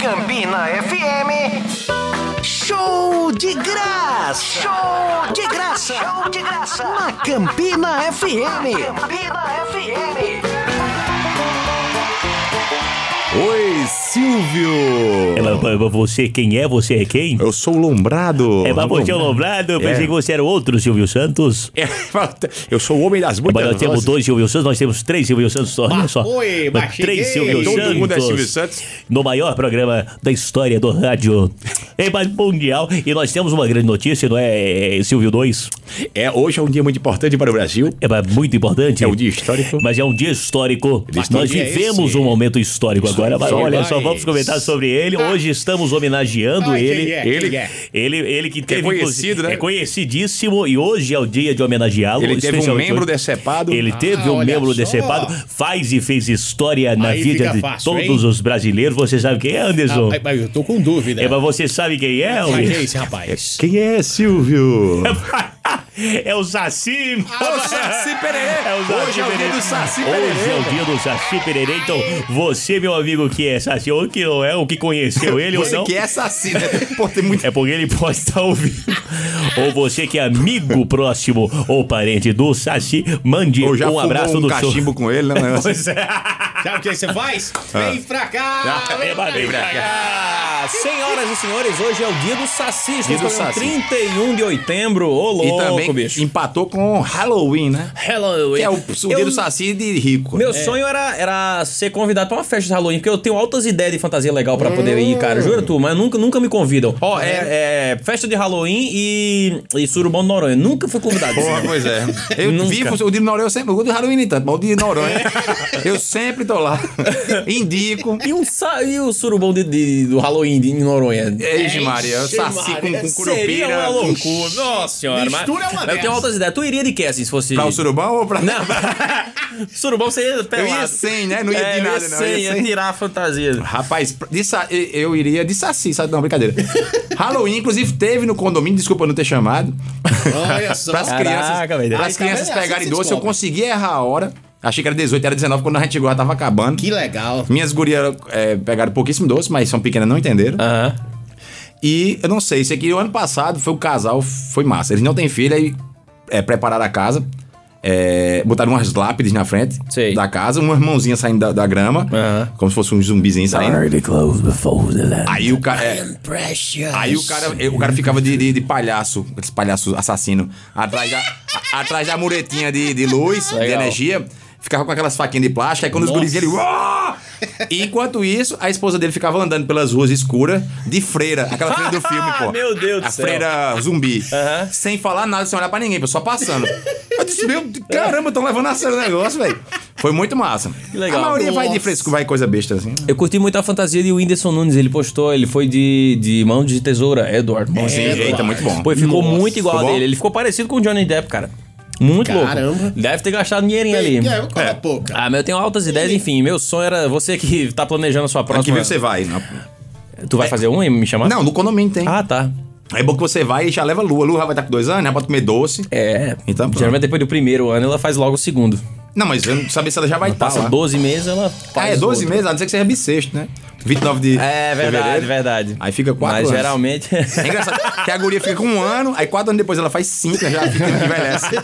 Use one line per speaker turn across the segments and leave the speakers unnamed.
Campina FM. Show de graça! Show de graça! Show de graça! Na Campina FM. Campina FM.
Oi, Silvio!
É, mas, mas você, quem é? Você é quem?
Eu sou o Lombrado.
É, mas você é o Lombrado? Eu pensei
É.
que você era outro Silvio Santos.
É, eu sou o homem das muitas
É, Mas nós temos
vozes.
dois Silvio Santos, nós temos três Silvio Santos só. Olha só.
oi, mas
três
cheguei.
Silvio Santos.
Todo mundo é Silvio Santos.
No maior programa da história do rádio em mais mundial. E nós temos uma grande notícia, não é, Silvio 2?
É, hoje é um dia muito importante para o Brasil.
É mas muito importante.
É um dia histórico.
Mas é um dia histórico. Nós
dia é
vivemos
esse?
um momento histórico agora. Mas
histórico.
olha só,
Vai.
vamos comentar sobre ele. Hoje estamos homenageando
Ai, quem
ele.
é?
ele-
Quem é?
Ele, ele que teve
conhecido,
inclusive,
né?
É conhecidíssimo e hoje é o dia de homenageá-lo.
Ele teve um
especialmente
membro
hoje.
decepado.
Ele teve
Ah,
um
olha
membro
só.
decepado. Faz e fez história na
Aí
vida
fica
de
fácil,
todos
hein?
os brasileiros. Você sabe quem é, Anderson?
Ah, mas eu tô com dúvida.
é, mas você sabe quem é?
Mas quem é
Luiz?
esse rapaz?
Quem é, Silvio?
É o Saci!
É o Saci Pererê.
É o Saci
Hoje é o dia
Pererê.
do Saci
Hoje
Pererê,
é o dia do Saci Pererê. Então, você, meu amigo, que é Saci, ou que não é, ou que conheceu ele ou
Você
não.
que é assassino. Pô, tem muito...
É porque ele pode estar ouvindo. ou você que é amigo próximo ou parente do Saci, mande
Ou já
um
fumou
abraço
um
do seu.
cachimbo com ele, né? um negócio
Pois é.
Sabe o que você faz? Vem pra cá!
É, mas vem pra cá.
Ah, Senhoras e senhores, hoje é o dia do Saci.
Dia
Estamos
do
falando
Saci.
31 de outembro. Ô,
é.
E
louco,
também
bicho.
empatou com Halloween, né?
Hello,
Que é o o dia
eu-
do Saci É. de rico. né?
Meu sonho era, era ser convidado pra uma festa de Halloween, porque eu tenho altas ideias de fantasia legal pra poder ir, cara. Jura tu, mas nunca, nunca me convidam. Ó, é, é festa de Halloween e, e surubão de Noronha. Nunca fui convidado.
Porra, pois é. Eu
Nunca.
vivo o dia de Noronha, eu sempre. O dia de Halloween nem tanto, mas o dia de Noronha. eu sempre tô lá. Indico.
E, um, sa- e o surubão de, de- do Halloween de, em Noronha?
Eixe, Maria. Eu saci com, com É,
Seria
curupira.
uma loucura. Nossa senhora, mas,
Mistura é uma
mas eu tenho
dessas.
altas ideias. Tu iria de quê, assim, se fosse...
Pra o surubão ou pra.
Não, surubão seria
Eu
pelado.
ia sem, né? Não ia
É,
de
eu
nada, não. Eu
sem,
ia
ia
sem.
tirar a fantasia.
Rapaz, de sa- eu iria de saci, sabe? Não, brincadeira. Halloween, inclusive, teve no condomínio, desculpa eu não ter chamado.
Olha só.
Para as
Caraca, velho.
crianças,
Aí
pras crianças
tá
vendo? É assim
pegarem
que se
doce, eu
descobre.
consegui errar a hora. Achei que era 18, era 19, quando a gente chegou, já tava acabando.
Que legal.
Minhas gurias é, pegaram pouquíssimo doce, mas são pequenas, não entenderam.
Aham.
E eu não sei, isso aqui, o ano passado, foi o casal, foi massa. Eles não têm filha e é, prepararam a casa. é, botaram umas lápides na frente
Sei.
da casa, umas mãozinhas saindo da, da grama,
Aham.
como se fosse um zumbizinho saindo.
close before the land.
Aí o cara. é,
Precious.
Aí o cara, o cara ficava de, de, de palhaço, esse palhaço assassino, atrás da, a- atrás da muretinha de, de luz, de
Legal.
energia, ficava com aquelas faquinhas de plástico, aí quando os
Nossa.
guris ele. "Uá!" E enquanto isso, a esposa dele ficava andando pelas ruas escuras de freira, aquela freira do filme, pô.
Meu Deus do
A
céu.
freira zumbi.
Aham.
Sem falar nada, sem olhar pra ninguém, pô, só passando. Eu disse, meu, caramba, tão levando a sério o negócio, velho. Foi muito massa.
legal.
A maioria vai de
Nossa.
fresco, vai coisa besta assim.
Eu curti muito a fantasia de Whindersson Nunes. Ele postou, ele foi de, de mão de tesoura, Edward. Mãozinha.
Eita,
Edward.
muito bom.
Pô, ficou
Nossa.
muito igual
Ficou
a
bom?
dele. Ele ficou parecido com o Johnny Depp, cara. Muito louco.
Caramba.
Deve ter gastado dinheirinho ali.
É, eu colo a pouca.
Ah, mas eu tenho altas ideias, enfim. Meu sonho era você que tá planejando a sua
Ano que
próxima.
vem você vai. Não,
Tu vai fazer um e me chamar?
não no condomínio tem.
Ah, tá.
Aí é bom que você vai e já leva a lua. A lua vai estar com dois anos, né? Pode comer doce.
É.
Então, pronto.
geralmente depois do primeiro ano ela faz logo o segundo.
Não, mas eu não sabia se ela já vai estar
Passa
Tá lá.
12 meses, ela faz.
Ah, é
o
12
outro.
meses? A não ser que seja bissexto, né? 29 de
É verdade,
fevereiro.
verdade.
Aí fica quatro
Mas
anos.
geralmente.
É engraçado que a guria fica com um ano, aí quatro anos depois ela faz cinco, né? já fica envelhece.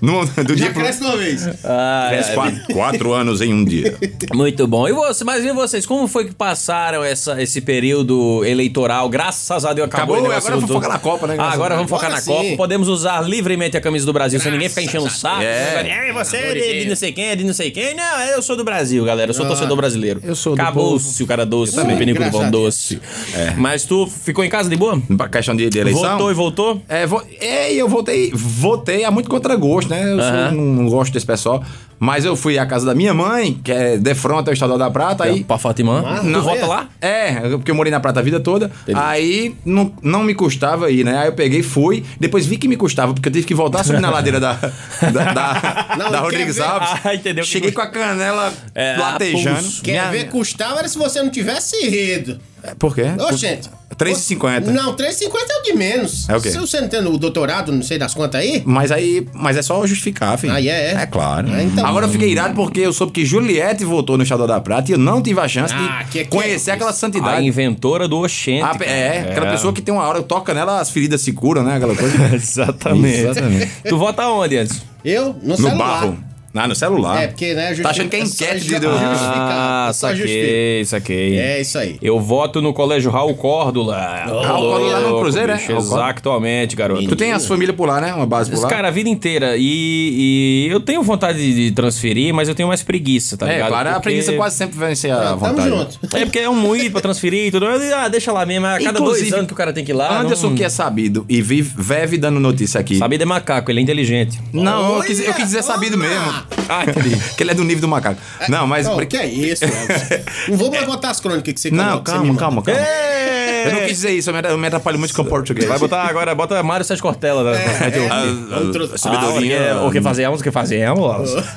No, do
Já
dia pro...
cresce uma vez.
Ah,
Cresce quatro, quatro anos em um dia.
Muito bom. E você, mas e vocês, como foi que passaram essa, esse período eleitoral? Graças a Deus acabou,
Acabou,
o negócio
agora vamos
do-
focar na Copa, né?
Ah,
Graças
agora
a
vamos
Deus.
focar na
Agora
Copa.
sim.
Podemos usar livremente a camisa do Brasil sem ninguém ficar enchendo o saco.
É.
É, você é de, de não sei quem, é de não sei quem. Não, eu sou do Brasil, galera. Eu sou torcedor brasileiro. Eu
Ah, sou do
Acabou-se o cara doce, o
também.
penico de pão
Graças a
doce.
É.
Mas tu ficou em casa de boa?
Pra questão de, de eleição.
Voltou e voltou?
É, vo- é, e eu voltei, votei a muito contragosto, né? Eu sou-
Aham.
não, não gosto desse pessoal. Mas eu fui à casa da minha mãe, que é de fronte ao Estadual da Prata, aí Ah,
Pra Fatimã. tu
não.
vota lá?
É, porque eu morei na Prata a vida toda. Aí não, não me custava ir, né? Aí eu peguei, fui. Depois vi que me custava, porque eu tive que voltar a subir na ladeira da, da, da,
Não,
da
quer
Rodrigues
ver?
Alves.
Ah, entendeu?
Cheguei com a canela
É, a
latejando.
pulso.
Quer
Minha-
ver, custava era se você não tivesse rido.
Por quê?
Ô, gente.
Por- 3,50.
Não, 3,50 é o de menos.
É o quê?
Se você não tem o doutorado, não sei das quantas aí,
Mas aí. Mas é só justificar, filho.
Ah, é, é?
É claro.
Ah, então.
Agora eu fiquei irado porque eu soube que Juliette votou no Estadão da Prata e eu não tive a chance
Ah,
de
que- que-
conhecer aquela
A
santidade.
inventora do Oxente.
Ah,
cara.
é, aquela pessoa que tem uma hora, toca nela, as feridas se curam, né? Aquela coisa.
Exatamente. Tu vota onde, antes?
eu no,
no
celular.
barro. Ah, no celular.
É, porque, né,
Tá achando que é
justifica-
enquete
só
de.
justifica-
do-
Ah,
só justifica.
saquei, saquei.
É isso aí.
Eu voto no Colégio Raul Córdula. Raul
Córdula no Cruzeiro, é? Raul Córdula.
Exatamente, garoto.
Tu tem as famílias por lá, né? Uma base por lá.
Cara, a vida inteira. E, e eu tenho vontade de transferir, mas eu tenho mais preguiça, tá
é,
ligado?
claro, a
Porque-
preguiça quase sempre vence a
Tamo
vontade.
junto.
É porque é um moído pra transferir e tudo. Eu digo, Ah, deixa lá mesmo. A cada dois
Inclusive,
anos que o cara tem que ir lá.
Anderson,
não...
que é sabido e vive, vive dando notícia aqui.
Sabido é macaco, ele é inteligente.
Não, eu quis, eu
Olha,
quis dizer sabido
toma!
mesmo.
Ah, entendi.
Que ele é do nível do macaco. Não, mas.
Não,
brin-
que é isso, Elvis? Não vou mais botar as crônicas que você
Não,
coloca, que você
calma,
me
calma, calma. Eu não
É.
quis dizer isso, eu me- eu me atrapalho muito com o português.
Vai botar agora, bota Mário Sérgio Cortella. né?
Ah,
Outro-
ah,
Ah, o, que,
sabedoria.
o
é
que fazemos, o que fazemos.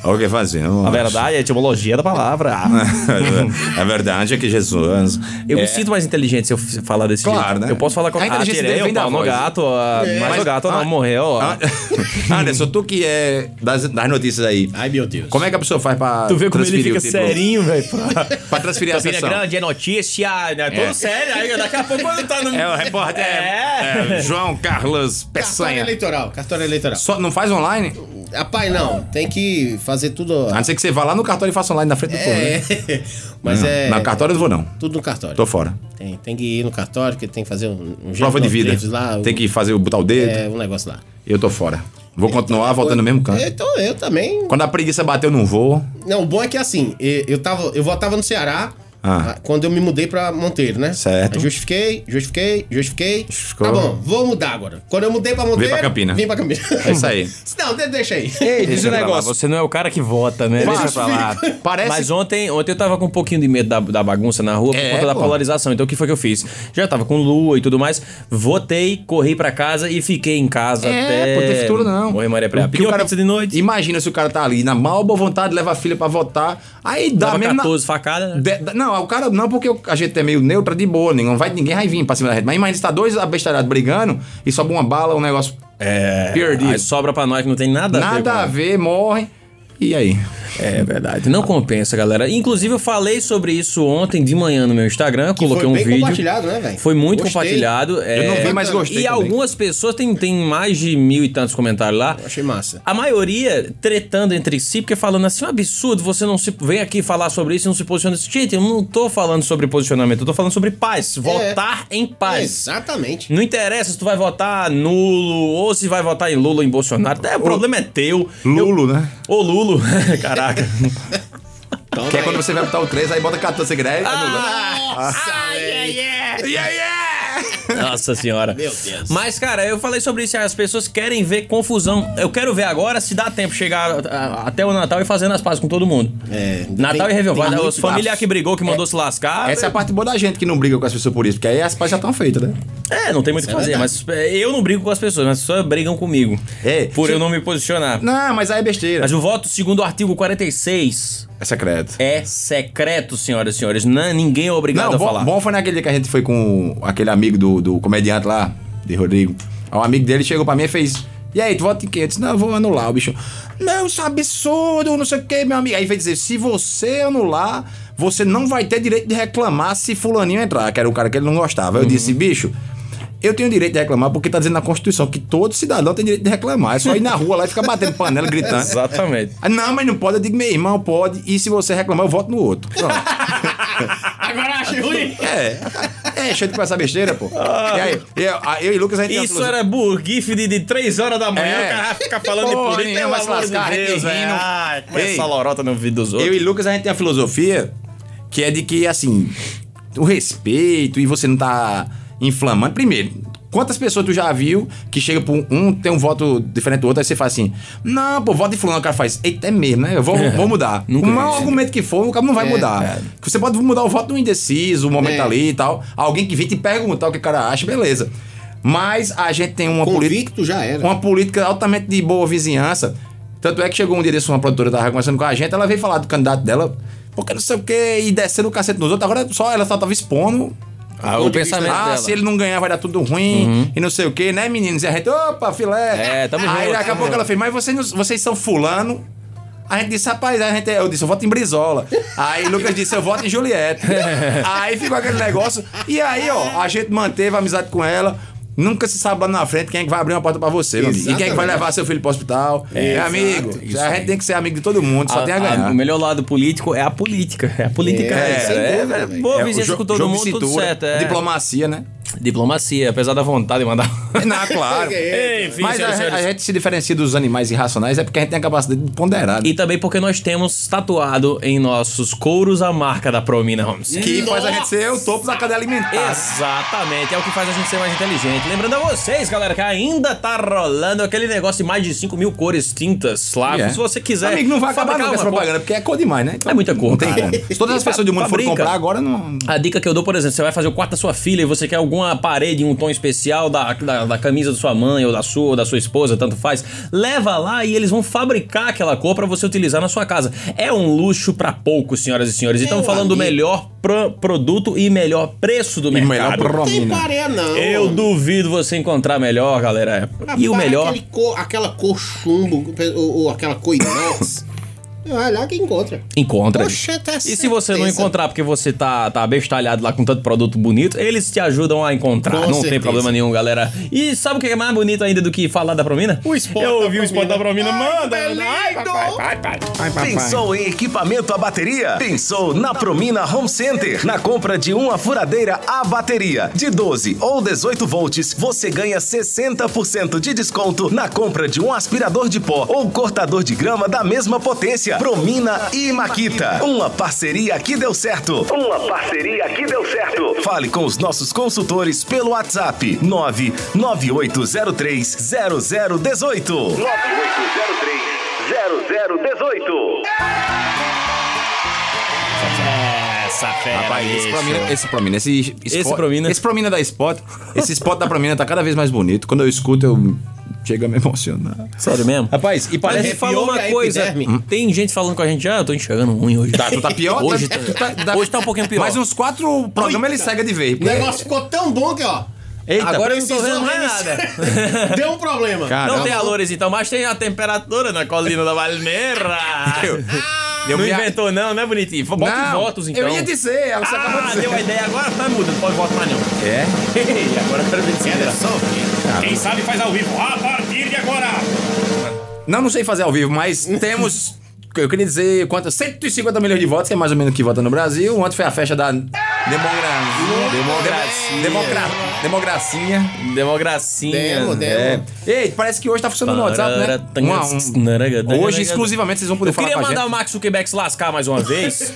Ah, O que fazemos?
A verdade é a etimologia da palavra.
a verdade é que Jesus. é
Eu me sinto mais inteligente se eu f- falar desse
Claro,
jeito.
né?
Eu posso falar com ah,
A inteligência
tirei
dele vem
o
da
pau no
voz.
gato, ah, mas
Mas-
o gato
ah,
não morreu. ó.
Ah, Anderson, tu que é das, das notícias aí.
Ai, meu Deus.
Como é que a pessoa faz pra.
Tu vê como ele
transferir
fica
o título?
serinho, velho.
Pra transferir a
Campina
sessão.
Grande é notícia, né? Tudo sério. Aí daqui a pouco quando tá no.
É o repórter.
É.
é, João Carlos
Cartório
Peçanha.
eleitoral, cartório eleitoral.
Só, não faz online?
Rapaz, não, tem que fazer tudo...
A não ser que você vá lá no cartório e faça online na frente do povo.
É,
Né?
mas
Não,
é...
Na cartório eu não vou, não.
Tudo no cartório.
Tô fora.
Tem, tem que ir no cartório, porque tem que fazer um... um jeito
Prova de
lá,
vida.
tretos Lá,
Tem
um-
que fazer, botar o dedo.
É, um negócio lá.
Eu tô fora. Vou continuar voltando no mesmo canto.
Então eu também...
Quando a preguiça bateu, eu não vou.
Não, o bom é que assim, e- eu, tava, eu votava no Ceará
Ah.
ah, quando eu me mudei pra Monteiro, né?
Certo.
Aí justifiquei, justifiquei, justifiquei.
Justificou.
Tá bom, vou mudar agora. Quando eu mudei pra Monteiro.
pra Campina.
Vim pra Campina.
É isso aí.
Não, de- deixa aí.
Ei, diz
Deixa
um
pra lá,
negócio. Você não é o cara que vota, né? Deixa eu falar.
Parece-
Mas ontem, ontem eu tava com um pouquinho de medo da, da bagunça na rua por
É,
conta da
pô.
polarização. Então o que foi que eu fiz? Já tava com lua e tudo mais. Votei, corri pra casa e fiquei em casa até.
É, pô, não tem futuro não.
Oi,
Porque
Maria Praia. Pediu
o
uma
cara-
pizza de noite.
Imagina se o cara tá ali na mal boa vontade, leva a filha pra votar. Aí dá
Dava
mesmo. na-
14 facadas. né?
De- da- não, o cara não, porque o- a gente é meio neutra de boa, ninguém, vai, ninguém vai vir pra cima da gente. Mas imagina, se tá dois abestalhados brigando e sobe uma bala, um negócio. É. Perdido.
Aí sobra pra nós que não tem nada,
Nada
a
a
ver.
ver, morre. E aí?
com- É verdade. Não compensa, galera. Inclusive, eu falei sobre isso ontem de manhã no meu Instagram. Coloquei
foi
um
bem
vídeo.
compartilhado, né, velho?
Foi muito
Gostei.
compartilhado. é,
não vi, mas gostei
E
também.
algumas pessoas, tem, tem mais de mil e tantos comentários lá.
Achei massa.
A maioria tretando entre si, porque falando assim, um absurdo, você não se vem aqui falar sobre isso e não se posiciona. Gente, eu não tô falando sobre posicionamento, eu tô falando sobre paz. Votar em paz.
Exatamente.
Não interessa se tu vai votar nulo ou se vai votar em Lula ou em Bolsonaro. É, o problema é teu.
Lulo, né?
Ô Lulo, caraca.
Então,
Que é
aí.
quando você vai botar o 3, aí bota é 14 segredo. né?
Nossa, velho.
Nossa senhora.
Meu Deus.
Mas, cara, eu falei sobre isso. As pessoas querem ver confusão. Eu quero ver agora se dá tempo chegar a- a- até o Natal e fazendo as pazes com todo mundo.
É,
Natal
tem-
e
né?
tem
Réveillon. Vai dar
muito
Os familiares que brigou, que mandou se lascar.
Essa é a parte boa da gente que não briga com as pessoas por isso, porque aí as pazes já estão feitas, né?
É, não tem muito o que fazer. Mas é, eu não brigo com as pessoas, mas as pessoas brigam comigo.
É,
Por
se-
eu não me posicionar.
Não, mas aí é besteira.
Mas o voto segundo o artigo 46
É secreto.
é secreto, senhoras e senhores. Não, ninguém é obrigado
Não,
a
bom,
falar.
bom foi naquele dia que a gente foi com aquele amigo do, do comediante lá, de Rodrigo. Aí Um amigo dele chegou pra mim e fez. E aí, tu vota em quê? Eu disse, não, eu vou anular o bicho. Não, isso é um absurdo, não sei o quê, meu amigo. Aí veio dizer, se você anular, você não vai ter direito de reclamar se fulaninho entrar, que era o cara que ele não gostava.
Uhum.
Eu disse, bicho, eu tenho direito de reclamar porque tá dizendo na Constituição que todo cidadão tem direito de reclamar. É só ir na rua lá e ficar batendo panela, gritando.
Exatamente.
Ah, Não, mas não pode. Eu digo, meu irmão, pode. E se você reclamar, eu voto no outro. Pronto.
Agora achei ruim.
É. É, cheio de com essa besteira, pô. E aí, eu, a- eu e Lucas, a gente tem uma
Ah. Isso
filosofia-
era burguife de, de 3 horas da manhã,
É.
o cara fica falando de
Porra
política,
nenhuma,
pelo
se
amor de
lascar,
Deus,
rindo.
velho. Ai, começa
Ei.
essa lorota no vídeo dos outros.
Eu e Lucas, a gente tem a filosofia que é de que, assim, o respeito e você não tá inflamando. Primeiro, quantas pessoas tu já viu que chega pra um, um tem um voto diferente do outro, aí você faz assim, não, pô, voto de fulano, o cara faz, eita, é mesmo, né? Eu vou, vou mudar. O
Nunca
maior
vi.
argumento que for, o cara não vai mudar. Você pode mudar o voto do indeciso, o momento
É.
ali e tal. Alguém que vem te perguntar o que o cara acha, beleza. Mas a gente tem uma política...
Convicto já era.
Uma política altamente de boa vizinhança. Tanto é que chegou um dia desse, uma produtora tava conversando com a gente, ela veio falar do candidato dela, porque não sei o quê, e descendo o cacete nos outros. Agora só ela só tava expondo
Ah, o
ponto de vista,
pensamento
ah,
dela. Uhum.
se ele não ganhar vai dar tudo ruim e não sei o quê, né, meninos? E a gente, opa, filé.
É, tamo junto,
Aí daqui a
tamo
pouco
junto.
ela fez, mas vocês, não- vocês são fulano. A gente disse, rapaz, a gente, é- eu disse, eu voto em Brizola. Aí Lucas disse, eu voto em Juliette. aí ficou aquele negócio. E aí, ó, a gente manteve a amizade com ela. Nunca se sabe lá na frente quem é que vai abrir uma porta pra você, meu amigo. E quem é que vai
Exatamente.
levar seu filho pro hospital. É, amigo.
isso
a gente
aí.
tem que ser amigo de todo mundo, só tem a ganhar.
o melhor lado político é a política. É a política.
É,
É,
sem
é,
dúvida,
é
velho.
boa
É, o
vizinhança
jo-
com todo
jogo de
mundo, tudo
cintura,
certo. É.
Diplomacia, né?
Diplomacia, apesar da vontade de mandar.
Não, claro.
Ei, enfim,
Mas
senhoras e
a,
senhores.
a gente se diferencia dos animais irracionais é porque a gente tem a capacidade de ponderar. né?
E também porque nós temos tatuado em nossos couros a marca da Promina Homes.
que faz a gente ser o topo da cadeia alimentar.
Exatamente, é o que faz a gente ser mais inteligente. Lembrando a vocês, galera, que ainda tá rolando aquele negócio de mais de 5 mil cores tintas lá.
É.
Se você quiser.
Amigo, não vai acabar
fabricar
nunca essa
uma cor.
propaganda, porque é cor demais, né? Então,
É muita cor, Tá
Não tem
cara.
como. Se todas as pessoas do mundo forem
Fabrica.
comprar agora, não.
A dica que eu dou, por exemplo, você vai fazer o quarto da sua filha e você quer alguma parede em um tom especial da, da, da camisa da sua mãe ou da sua ou da sua esposa, tanto faz. Leva lá e eles vão fabricar aquela cor pra você utilizar na sua casa. É um luxo pra poucos, senhoras e senhores. Então, falando do melhor pro- produto e melhor preço do
E
mercado.
melhor né?
Tem
promina.
pareia, não.
Eu duvido você encontrar melhor, galera.
Rapaz,
E o melhor.
aquele cor- aquela cor chumbo ou, ou aquela cor inox. vai lá que encontra.
Encontra.
Poxa, tá
E se você não encontrar porque você tá, tá bestalhado lá com tanto produto bonito, eles te ajudam a encontrar.
Com
não tem
certeza.
problema nenhum, galera. E sabe o que é mais bonito ainda do que falar da Promina?
O spot
Eu
da
ouvi o spot da Promina.
Promina. Ai,
Manda!
que
Ai,
beleza!
papai, vai, vai.
Pensou em equipamento à bateria? Pensou na Promina Home Center. Na compra de uma furadeira à bateria de 12 ou 18 volts, você ganha 60% de desconto na compra de um aspirador de pó ou cortador de grama da mesma potência. Promina e Maquita. Uma parceria que deu certo. Uma parceria que deu certo. Fale com os nossos consultores pelo WhatsApp 99803 0018.
Essa fera,
Rapaz, esse
bicho.
Promina, esse Promina, esse, spot-
Promina.
esse Promina da Spot, esse Spot da Promina tá cada vez mais bonito. Quando eu escuto, eu chego a me emocionar.
Sério mesmo?
Rapaz, e
Mas
parece
me fala uma
piolho é
coisa.
epiderme.
Hum. Tem gente falando com a gente, ah, eu tô enxergando ruim hoje.
Tá, tu tá pior?
Hoje
tá,
tá,
tu tá-
hoje tá um pouquinho pior.
Mais uns quatro programas ele cega de vez.
O negócio ficou tão bom que, ó,
Eita,
Agora eu não tô
precisou
é
vendo mais
reiniciar.
nada.
deu um problema.
Caramba.
Não tem alores então, mas tem a temperatura na colina da Valmeira.
Eu- eu
não
me-
inventou não, né, bonitinho? Bota em
Não,
votos então.
Eu ia dizer, ela se acabou de
Ah,
dizer.
deu a ideia agora, tá muda, não pode votar mais não.
É?
Ei, agora eu quero né? Ah, ver se era.
um Quem sabe faz ao vivo. A partir de agora.
Não, não sei fazer ao vivo, mas temos. Eu queria dizer quantas. 150 milhões de votos, que é mais ou menos o que vota no Brasil. Ontem foi a festa da. Democracia. Democra... Democracia.
Democracia.
Demo, demo.
É. Ei, parece que hoje tá funcionando no WhatsApp, né? Um a um. Hoje, exclusivamente, vocês vão poder
Eu
falar
queria
com a
mandar o
gente.
Max Zuckerberg se lascar mais uma vez.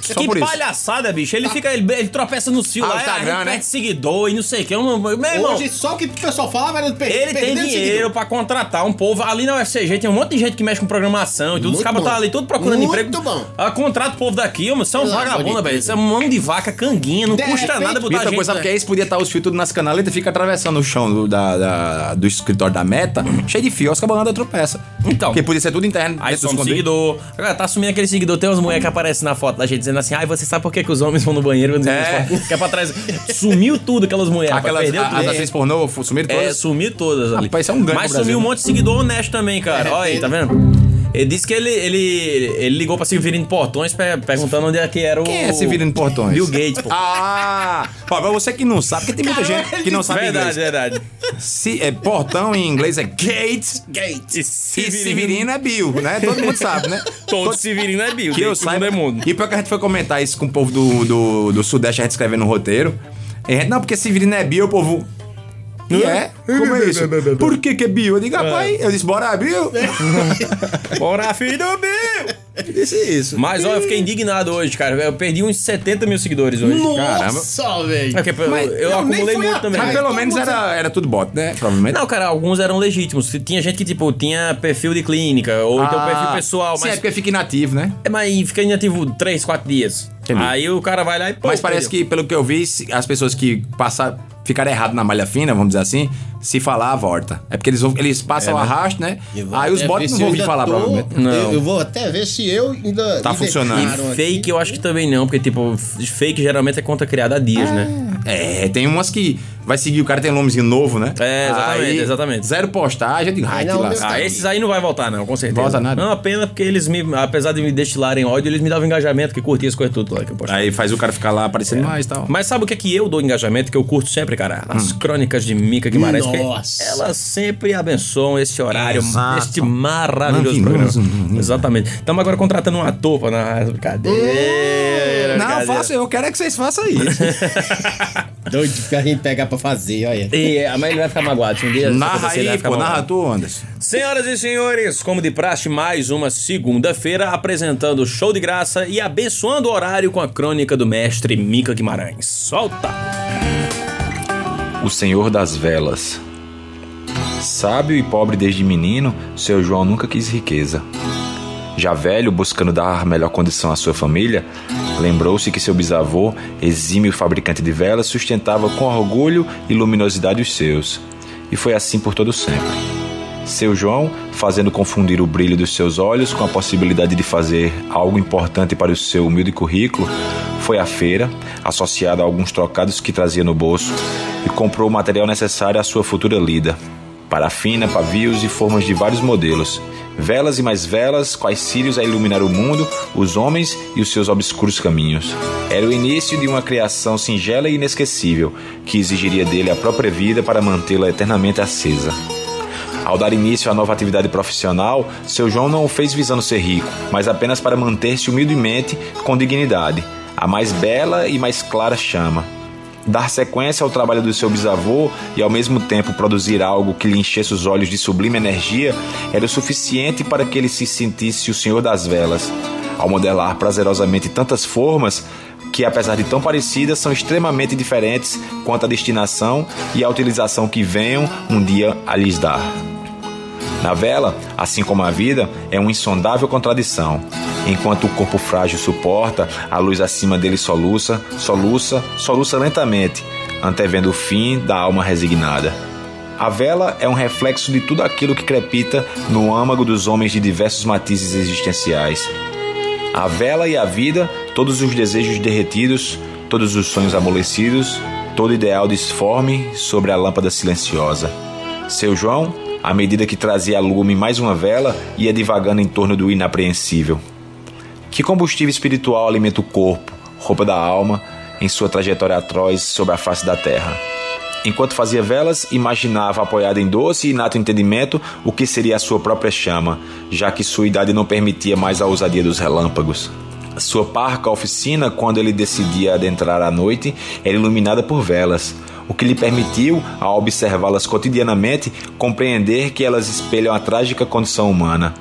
Só por
que
isso.
palhaçada, bicho.
Ah.
Ele fica, ele, ele tropeça no fio
Ah, o
lá,
Instagram,
a gente
né?
perde seguidor e não sei o que. Meu É. irmão,
Hoje, só o que o pessoal fala, velho, per-
Ele tem
perdendo
dinheiro pra contratar um povo. Ali na UFCG tem um monte de gente que mexe com programação e tudo. Os
Muito
cabos
bom.
tá ali todo procurando
Muito
emprego.
bom.
Ah, contrata o povo daqui, mano. Isso é um
Pelo
vagabundo,
amor de
velho.
Deus.
Isso é mão de vaca, canguinha. Não
De
custa
repente-
nada botar
E outra
gente.
coisa,
né?
porque aí podia estar os fios tudo nas canaletas, fica atravessando o chão do, da- da- do escritório da meta, cheio de fio, as cabanada tropeça.
Então.
Porque podia ser tudo interno.
Aí
dentro dos
some
condomínios.
seguidor. Agora, tá assumindo aquele seguidor. Tem umas mulheres que aparecem na foto da gente dizendo assim: ai, você sabe por que, que os homens vão no banheiro? Quando
É.
eles vão?" Fica pra trás. Sumiu tudo aquelas mulheres. rapaz.
Aquelas
Perdeu
a- as
tudo.
atrizes pornô fu- sumiram
É,
todas.
sumi todas ali.
Rapaz, isso é um ganho
Mas
pro Brasil,
sumiu um
né?
monte de seguidor honesto também, cara. Olha aí, tá vendo? Ele disse que ele, ele, ele ligou pra Severino Portões pe- perguntando onde é que era o...
Quem é esse virando portões?
Bill Gates, pô.
Ah! Ó, pra você que não sabe, porque tem muita gente que não sabe
verdade,
inglês.
verdade.
Se, é, portão em inglês é gate
E
e Severino é Bill, né? Todo mundo sabe, né?
Todo Severino é Bill.
Que eu saiba.
é mundo.
E pior que a gente foi comentar isso com o povo do, do, do Sudeste, a gente escrevendo no roteiro. E a gente, não, porque Severino é Bill, o povo... E é? Como é isso? Por que que é Bill? Eu digo, rapaz, eu disse, bora
É
Bill.
Bora, filho do Bill!
Eu disse isso.
Mas, ó, eu fiquei indignado hoje, cara. Eu perdi uns 70 mil seguidores hoje.
Nossa, velho.
É porque eu,
Mas
eu
eu nem
acumulei
fui
muito
atrás.
também.
Mas
Ai,
pelo
todo
menos
mundo
era, era tudo bot, né? Provavelmente.
Não, cara, alguns eram legítimos. Tinha gente que, tipo, tinha perfil de clínica, ou então
Ah,
perfil pessoal,
Sim,
mas.
é porque fica inativo, né?
É, mas fica inativo 3, 4 dias.
Entendi.
Aí o cara vai lá e. pô,
Mas parece
entendeu?
que, pelo que eu vi, se- as pessoas que passaram, ficaram errado na malha fina, vamos dizer assim, se falar, volta. É porque eles, vão- eles passam o arrasto, né? Aí os bots não vão vir falar, provavelmente.
Não.
Eu, eu vou até ver se eu ainda.
Tá
me
funcionando.
deixaram
E
aqui.
fake eu acho que também não, porque, tipo, f- fake geralmente é conta criada há
Ah,
dias, né?
É, tem umas que vai seguir, o cara tem um nomezinho novo, né?
É, exatamente,
Aí,
exatamente.
Zero postagem, eu digo, ai,
Aí
que
não,
lasca.
Ah, esses aí não vai voltar, não, com certeza.
tá Volta nada.
Não, a pena porque eles me, apesar de me destilarem ódio, eles me davam engajamento, que curtia as coisas tudo lá que eu postava.
Aí faz o cara ficar lá aparecendo mais e tal.
Mas sabe o que é que eu dou engajamento, que eu curto sempre, cara? As
Hum.
crônicas de Mica Guimarães. que
Nossa.
Elas sempre abençoam esse horário,
Exato.
este maravilhoso programa.
Maravilhoso, menino.
Exatamente. Estamos agora contratando um uma topa na brincadeira.
não,
brincadeira.
faça, eu quero é que vocês façam isso.
Doido que a gente pegar pra fazer, olha.
E a mãe ele vai ficar magoado. Se Um dia isso
narra
acontecer, ele vai
aí,
ficar
pô,
magoado.
narra tu, Anderson.
Senhoras e senhores, como de praxe, mais uma segunda-feira apresentando o show de graça e abençoando o horário com a crônica do mestre Mica Guimarães. Solta!
O Senhor das Velas. Sábio e pobre desde menino, seu João nunca quis riqueza. Já velho, buscando dar melhor condição à sua família, lembrou-se que seu bisavô, exímio fabricante de velas, sustentava com orgulho e luminosidade os seus. E foi assim por todo sempre. Seu João, fazendo confundir o brilho dos seus olhos com a possibilidade de fazer algo importante para o seu humilde currículo, foi à feira, associado a alguns trocados que trazia no bolso, e comprou o material necessário à sua futura lida. Parafina, pavios e formas de vários modelos, velas e mais velas, quais cílios a iluminar o mundo, os homens e os seus obscuros caminhos. Era o início de uma criação singela e inesquecível, que exigiria dele a própria vida para mantê-la eternamente acesa. Ao dar início à nova atividade profissional, seu João não o fez visando ser rico, mas apenas para manter-se humildemente com dignidade, a mais bela e mais clara chama. Dar sequência ao trabalho do seu bisavô e ao mesmo tempo produzir algo que lhe enchesse os olhos de sublime energia era o suficiente para que ele se sentisse o senhor das velas. Ao modelar prazerosamente tantas formas, que apesar de tão parecidas, são extremamente diferentes quanto à destinação e à utilização que venham um dia a lhes dar. Na vela, assim como a vida, é uma insondável contradição. Enquanto o corpo frágil suporta, a luz acima dele soluça, soluça, soluça lentamente, antevendo o fim da alma resignada. A vela é um reflexo de tudo aquilo que crepita no âmago dos homens de diversos matizes existenciais. A vela e a vida, todos os desejos derretidos, todos os sonhos amolecidos, todo ideal disforme sobre a lâmpada silenciosa. Seu João, à medida que trazia a lume mais uma vela, ia divagando em torno do inapreensível. Que combustível espiritual alimenta o corpo, roupa da alma, em sua trajetória atroz sobre a face da terra? Enquanto fazia velas, imaginava, apoiado em doce e inato entendimento, o que seria a sua própria chama, já que sua idade não permitia mais a ousadia dos relâmpagos. Sua parca oficina, quando ele decidia adentrar à noite, era iluminada por velas, o que lhe permitiu, ao observá-las cotidianamente, compreender que elas espelham a trágica condição humana.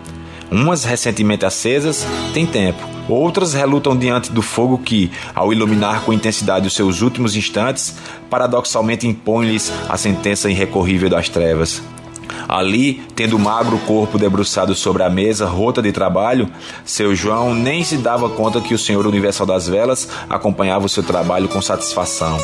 Umas recentemente acesas têm tempo, outras relutam diante do fogo que, ao iluminar com intensidade os seus últimos instantes, paradoxalmente impõe-lhes a sentença irrecorrível das trevas. Ali, tendo o magro corpo debruçado sobre a mesa rota de trabalho, seu João nem se dava conta que o Senhor Universal das Velas acompanhava o seu trabalho com satisfação,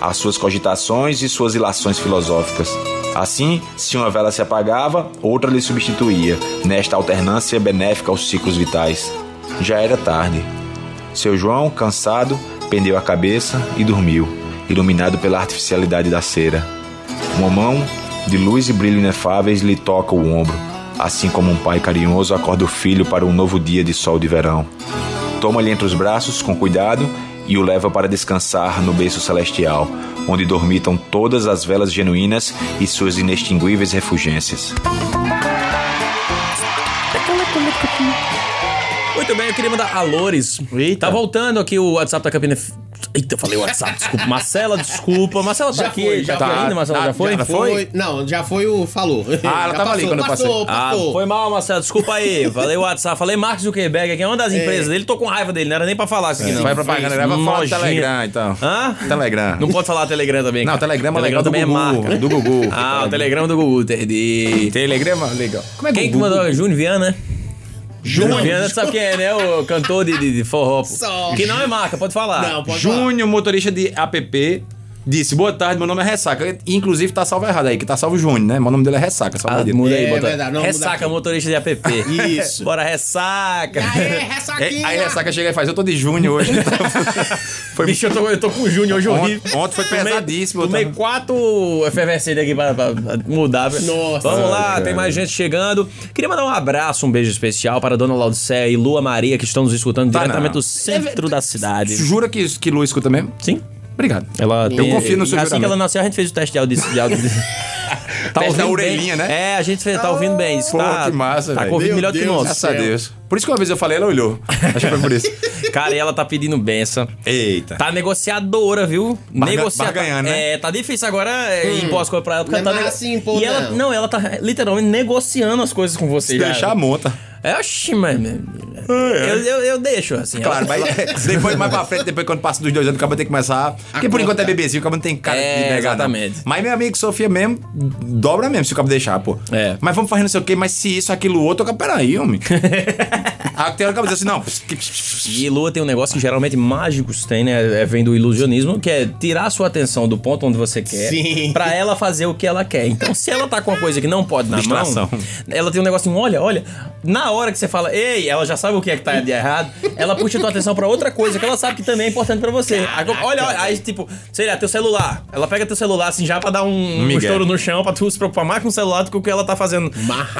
as suas cogitações e suas ilações filosóficas. Assim, se uma vela se apagava, outra lhe substituía, nesta alternância benéfica aos ciclos vitais. Já era tarde. Seu João, cansado, pendeu a cabeça e dormiu, iluminado pela artificialidade da cera. Uma mão, de luz e brilho inefáveis, lhe toca o ombro, assim como um pai carinhoso acorda o filho para um novo dia de sol de verão. Toma-lhe entre os braços com cuidado e o leva para descansar no berço celestial, onde dormitam todas as velas genuínas e suas inextinguíveis refugências.
Muito bem, eu queria mandar alores. Tá voltando aqui o WhatsApp da Campina. F- Eita, eu falei WhatsApp, desculpa. Marcela, desculpa. Marcela tá
Já
aqui,
foi,
já
já
foi
foi.
ainda, Marcela,
Tá,
já foi?
já foi?
Não, já foi o. Falou.
Ah, ela
Já
tava ali quando eu
passou,
passei.
Ah,
Passou,
foi mal, Marcelo. Desculpa aí. Falei o WhatsApp, falei Mark Zuckerberg, que é uma das empresas dele. Tô com raiva dele, não era nem pra falar isso aqui, não.
É. Vai propaganda, grava fora do
Nojento.
Telegram, então.
Hã?
Telegram.
Não pode falar Telegram também.
Não,
cara.
Telegram é legal do
também
Gugu,
é marca.
do Gugu.
Ah, o Telegram do Gugu, entendi.
Telegrama, legal. Como é
Quem que mandou? Júnior Viana, né? Júnior Viana, sabe quem é, né? O cantor de, de, de forró.
Só.
Que não é marca, pode falar.
Não, pode falar.
Júnior, motorista de app, Disse, boa tarde, meu nome é Ressaca. Inclusive tá salvo errado aí, que tá salvo Júnior, né? Meu nome dele é Ressaca, salvo
Ah,
perdido.
muda
É
aí, bota.
verdade, não, muda
ressaca,
aqui.
motorista de app.
Isso.
Bora, ressaca.
Aê,
É,
ressaquinha!
aí Ressaca chega e faz, eu tô de Júnior hoje.
Foi... Bicho, eu tô, eu tô com o Júnior hoje
Ont-
horrível.
ontem foi
Tomei-
pesadíssimo, eu
Tomei
tava-
quatro efervescentes aqui pra, pra- pra mudar.
Nossa.
Vamos lá, tem mais gente chegando. Queria mandar um abraço, um beijo especial para Dona Laudicea e Lua Maria, que estão nos escutando
Tá,
diretamente
não.
do centro da cidade.
Jura que, isso- que Lu escuta mesmo?
Sim.
Obrigado.
Ela
Eu confio no seu
Assim que
juramento.
ela nasceu, a gente fez o teste de audição. De audi- tá
Teste da
ouvindo
orelhinha,
bem.
né?
É, a gente fez, tá ouvindo bem. Isso
Pô,
tá,
que massa,
Tá
velho.
com ouvido
Meu
melhor que o
Deus do
nosso.
Graças a Deus. Por isso que uma vez eu falei, ela olhou. Acho que foi por isso.
Cara, e ela tá pedindo benção.
Eita.
Tá negociadora, viu?
Barga-
Negociadora.
barganhando, né?
É, tá difícil agora é, impor as coisas pra ela. Porque
Hum. Não é
ela tá
mais assim, pô,
E ela,
não.
não, ela tá literalmente negociando as coisas com você.
Se
já.
deixar, monta.
É, oxi, mas... Eu, eu, eu deixo, assim.
É, Claro,
ela-
mas depois, mais pra frente, depois quando passa dos dois anos, o cara tem que começar. Porque por
contar.
enquanto é bebezinho, o cara não tem cara
É,
de negar. não.
exatamente.
Mas meu amigo, Sofia mesmo, dobra mesmo se o cara deixar, pô.
É.
Mas vamos fazer não sei o quê, mas se isso, aquilo, outro, o cara, peraí, homem. Aí tem hora que o cara diz assim, não.
E Lua tem um negócio que geralmente mágicos têm, né? É, vem do ilusionismo, que é tirar a sua atenção do ponto onde você quer
Sim.
pra ela fazer o que ela quer. Então, se ela tá com uma coisa que não pode na
Distração.
mão, ela tem um negócio assim, olha, olha, na hora que você fala, ei, ela já sabe o que é que tá de errado, ela puxa a tua atenção pra outra coisa que ela sabe que também é importante pra você. Aí, olha, olha, aí tipo, sei lá, teu celular. Ela pega teu celular assim já pra dar um, um
Migué.
estouro no chão, pra tu se preocupar mais com o celular do que o que ela tá fazendo.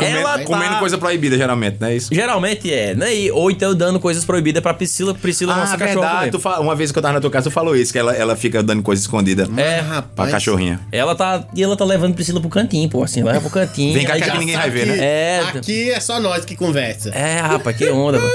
ela tá...
Comendo coisa proibida, geralmente, não é isso?
Geralmente é, né? E, ou então dando coisas proibidas pra Priscila, Priscila
Ah,
nossa cachorra.
verdade. Tu
também.
fa- Uma vez que eu tava na tua casa, tu falou isso, que ela, ela fica dando coisa escondida
É,
pra
rapaz.
cachorrinha.
Ela tá. E ela tá levando Priscila pro cantinho, pô, assim, leva pro cantinho.
Vem cá
aí
que
já-
aqui ninguém vai ver, né?
É.
Aqui é só nós que conversa.
É, rapaz, que onda, mano.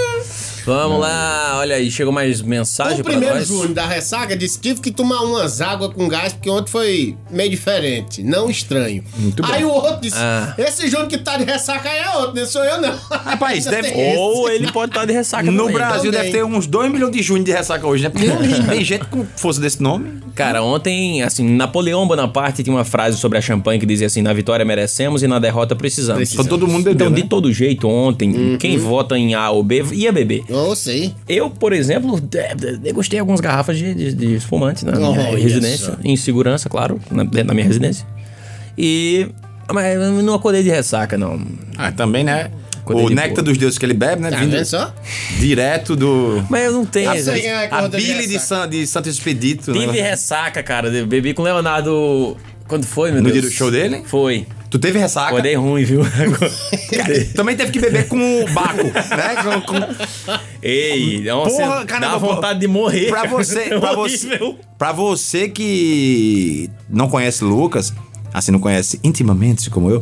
Vamos lá, olha aí, chegou mais mensagem
o
pra
primeiro
nós.
Júnior da ressaca disse que tive que tomar umas águas com gás, porque ontem foi meio diferente, não estranho. Aí o outro disse:
Ah.
esse Júnior que tá de ressaca aí é outro, não sou eu, não.
Rapaz,
Ainda
deve-
tem
Ou ele pode estar de ressaca
No
também. então.
Brasil
também.
deve ter uns 2 milhões de junho de ressaca hoje, né? Porque tem gente com força desse nome.
Cara, ontem, assim, Napoleão Bonaparte tinha uma frase sobre a champanhe que dizia assim: na vitória merecemos e na derrota precisamos.
Então todo mundo bebeu,
Então,
né? Uhum.
de todo jeito, ontem, quem vota em A ou B ia beber.
esse. Eu sei.
Eu, por exemplo, de- de- degustei algumas garrafas de, de, de espumante na minha
Olha
residência.
só.
Em segurança, claro, na, dentro da minha residência. E... Mas eu não acordei de ressaca, não.
Ah, também, né?
Quando
o
ele
néctar
pula.
dos deuses que ele bebe, né?
Tá
Vindo
vendo só?
direto do.
Mas eu não tenho...
Tá
Eu sei quem é que
A
acordou de
Bile de,
ressaca.
San, de Santo Expedito.
Tive
Né?
ressaca, cara. Eu Bebi com o Leonardo... Quando foi, meu
No
Deus?
dia do show dele?
Foi.
Tu teve ressaca?
Acordei ruim, viu?
Também teve que beber com o Baco, né? Com- com-
Ei, nossa,
Porra,
dá
caramba,
vontade de morrer.
Pra
cara.
você,
É
pra você,
horrível.
pra você que não conhece Lucas, assim, não conhece intimamente como eu,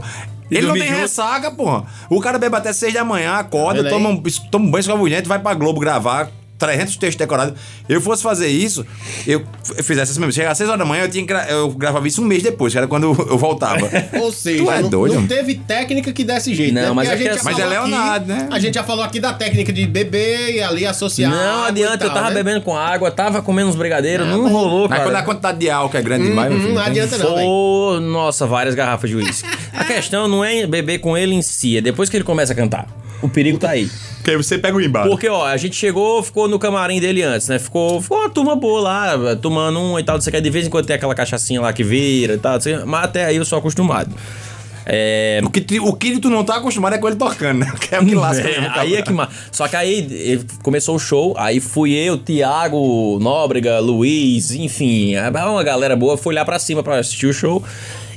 ele não
dormir
tem
junto.
ressaca, porra. O cara bebe até seis da manhã, acorda,
Olha aí.
toma um, toma um banho, escova o dente, vai pra Globo gravar 300 textos decorados. Eu fosse fazer isso, eu, eu fizesse isso mesmo. Chegar às seis horas da manhã, eu, tinha, que gra- eu gravava isso um mês depois, que era quando eu voltava.
Ou seja,
é
não,
doido,
não
mano.
teve técnica que desse jeito.
Não,
né?
mas
Porque
é que
a gente
é-
já
mas é
falou aqui-
Leonardo, né?
A gente já falou aqui da técnica de beber e ali associar.
Não
água e
adianta, eu
tal,
tava
né?
bebendo com água, tava comendo uns brigadeiros, não rolou,
Mas
cara.
quando a quantidade de álcool é grande demais, meu filho,
Não
tem-
adianta, não. velho.
Foi, nossa, várias garrafas de uísque. A questão não é beber com ele em si, é depois que ele começa a cantar. O perigo tá aí.
Porque aí você pega o embalo.
Porque, ó, a gente chegou, ficou no camarim dele antes, né? Ficou, ficou uma turma boa lá, tomando um e tal, não sei o que. De vez em quando tem aquela cachaçinha lá que vira e tal, não sei o que, mas até aí eu sou acostumado. É.
O que, tu- o que tu não tá acostumado é com ele tocando, né? Que é o que lasca
É,
mesmo, cara.
aí é que ma- Só que aí ele começou o show, aí fui eu, Tiago, Nóbrega, Luiz, enfim, é, uma galera boa foi lá pra cima pra assistir o show.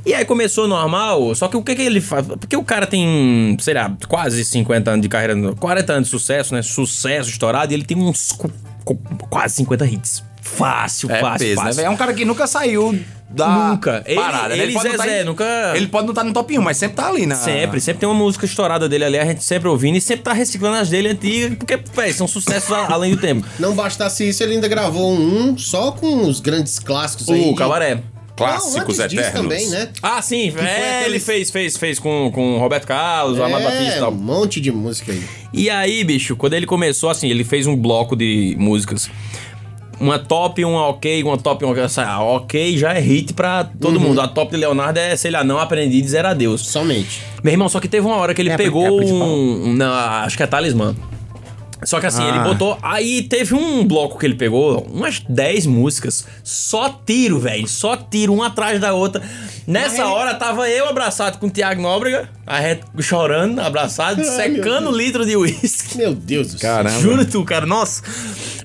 E aí começou normal, só que o que, que ele faz? Porque o cara tem, sei lá, quase 50 anos de carreira, 40 anos de sucesso, né? Sucesso estourado, e ele tem uns cu- cu- quase 50 hits. Fácil,
É
fácil,
peso, né,
fácil.
velho? É um cara que nunca saiu da
Nunca. Ele-
parada. né?
ele
pode não
Zezé,
em-
nunca-
Ele pode não estar no top 1, mas sempre tá ali, né?
Sempre, sempre tem uma música estourada dele ali, a gente sempre ouvindo e sempre tá reciclando as dele antigas, porque, véi, são sucessos a- além do tempo.
Não bastasse isso, ele ainda gravou um só com os grandes clássicos aí.
O Cabaré.
Clássicos
Não, antes disso
eternos.
também, né?
Ah, sim.
foi
É, ele
aqueles-
fez, fez, fez com, com o Roberto Carlos, o Amado Batista e
É, um
tal.
monte de música aí.
E aí, bicho, quando ele começou, assim, ele fez um bloco de músicas. Uma top, uma ok, uma top, uma ok. Ah, ok já é hit pra todo mundo. A top de Leonardo é, sei lá, não aprendi a dizer adeus.
Somente.
Meu irmão, só que teve uma hora que ele
É a pri- é a
pegou
principal.
um, um- Não, acho que é talismã. Só que assim, ele
Ah.
botou. Aí teve um bloco que ele pegou, umas 10 músicas, só tiro, velho. Só tiro, uma atrás da outra. Nessa hora tava eu abraçado com o Tiago Nóbrega, a gente chorando, abraçado, secando um litro de uísque.
Meu Deus do céu.
Caramba.
Juro tu, cara, nossa.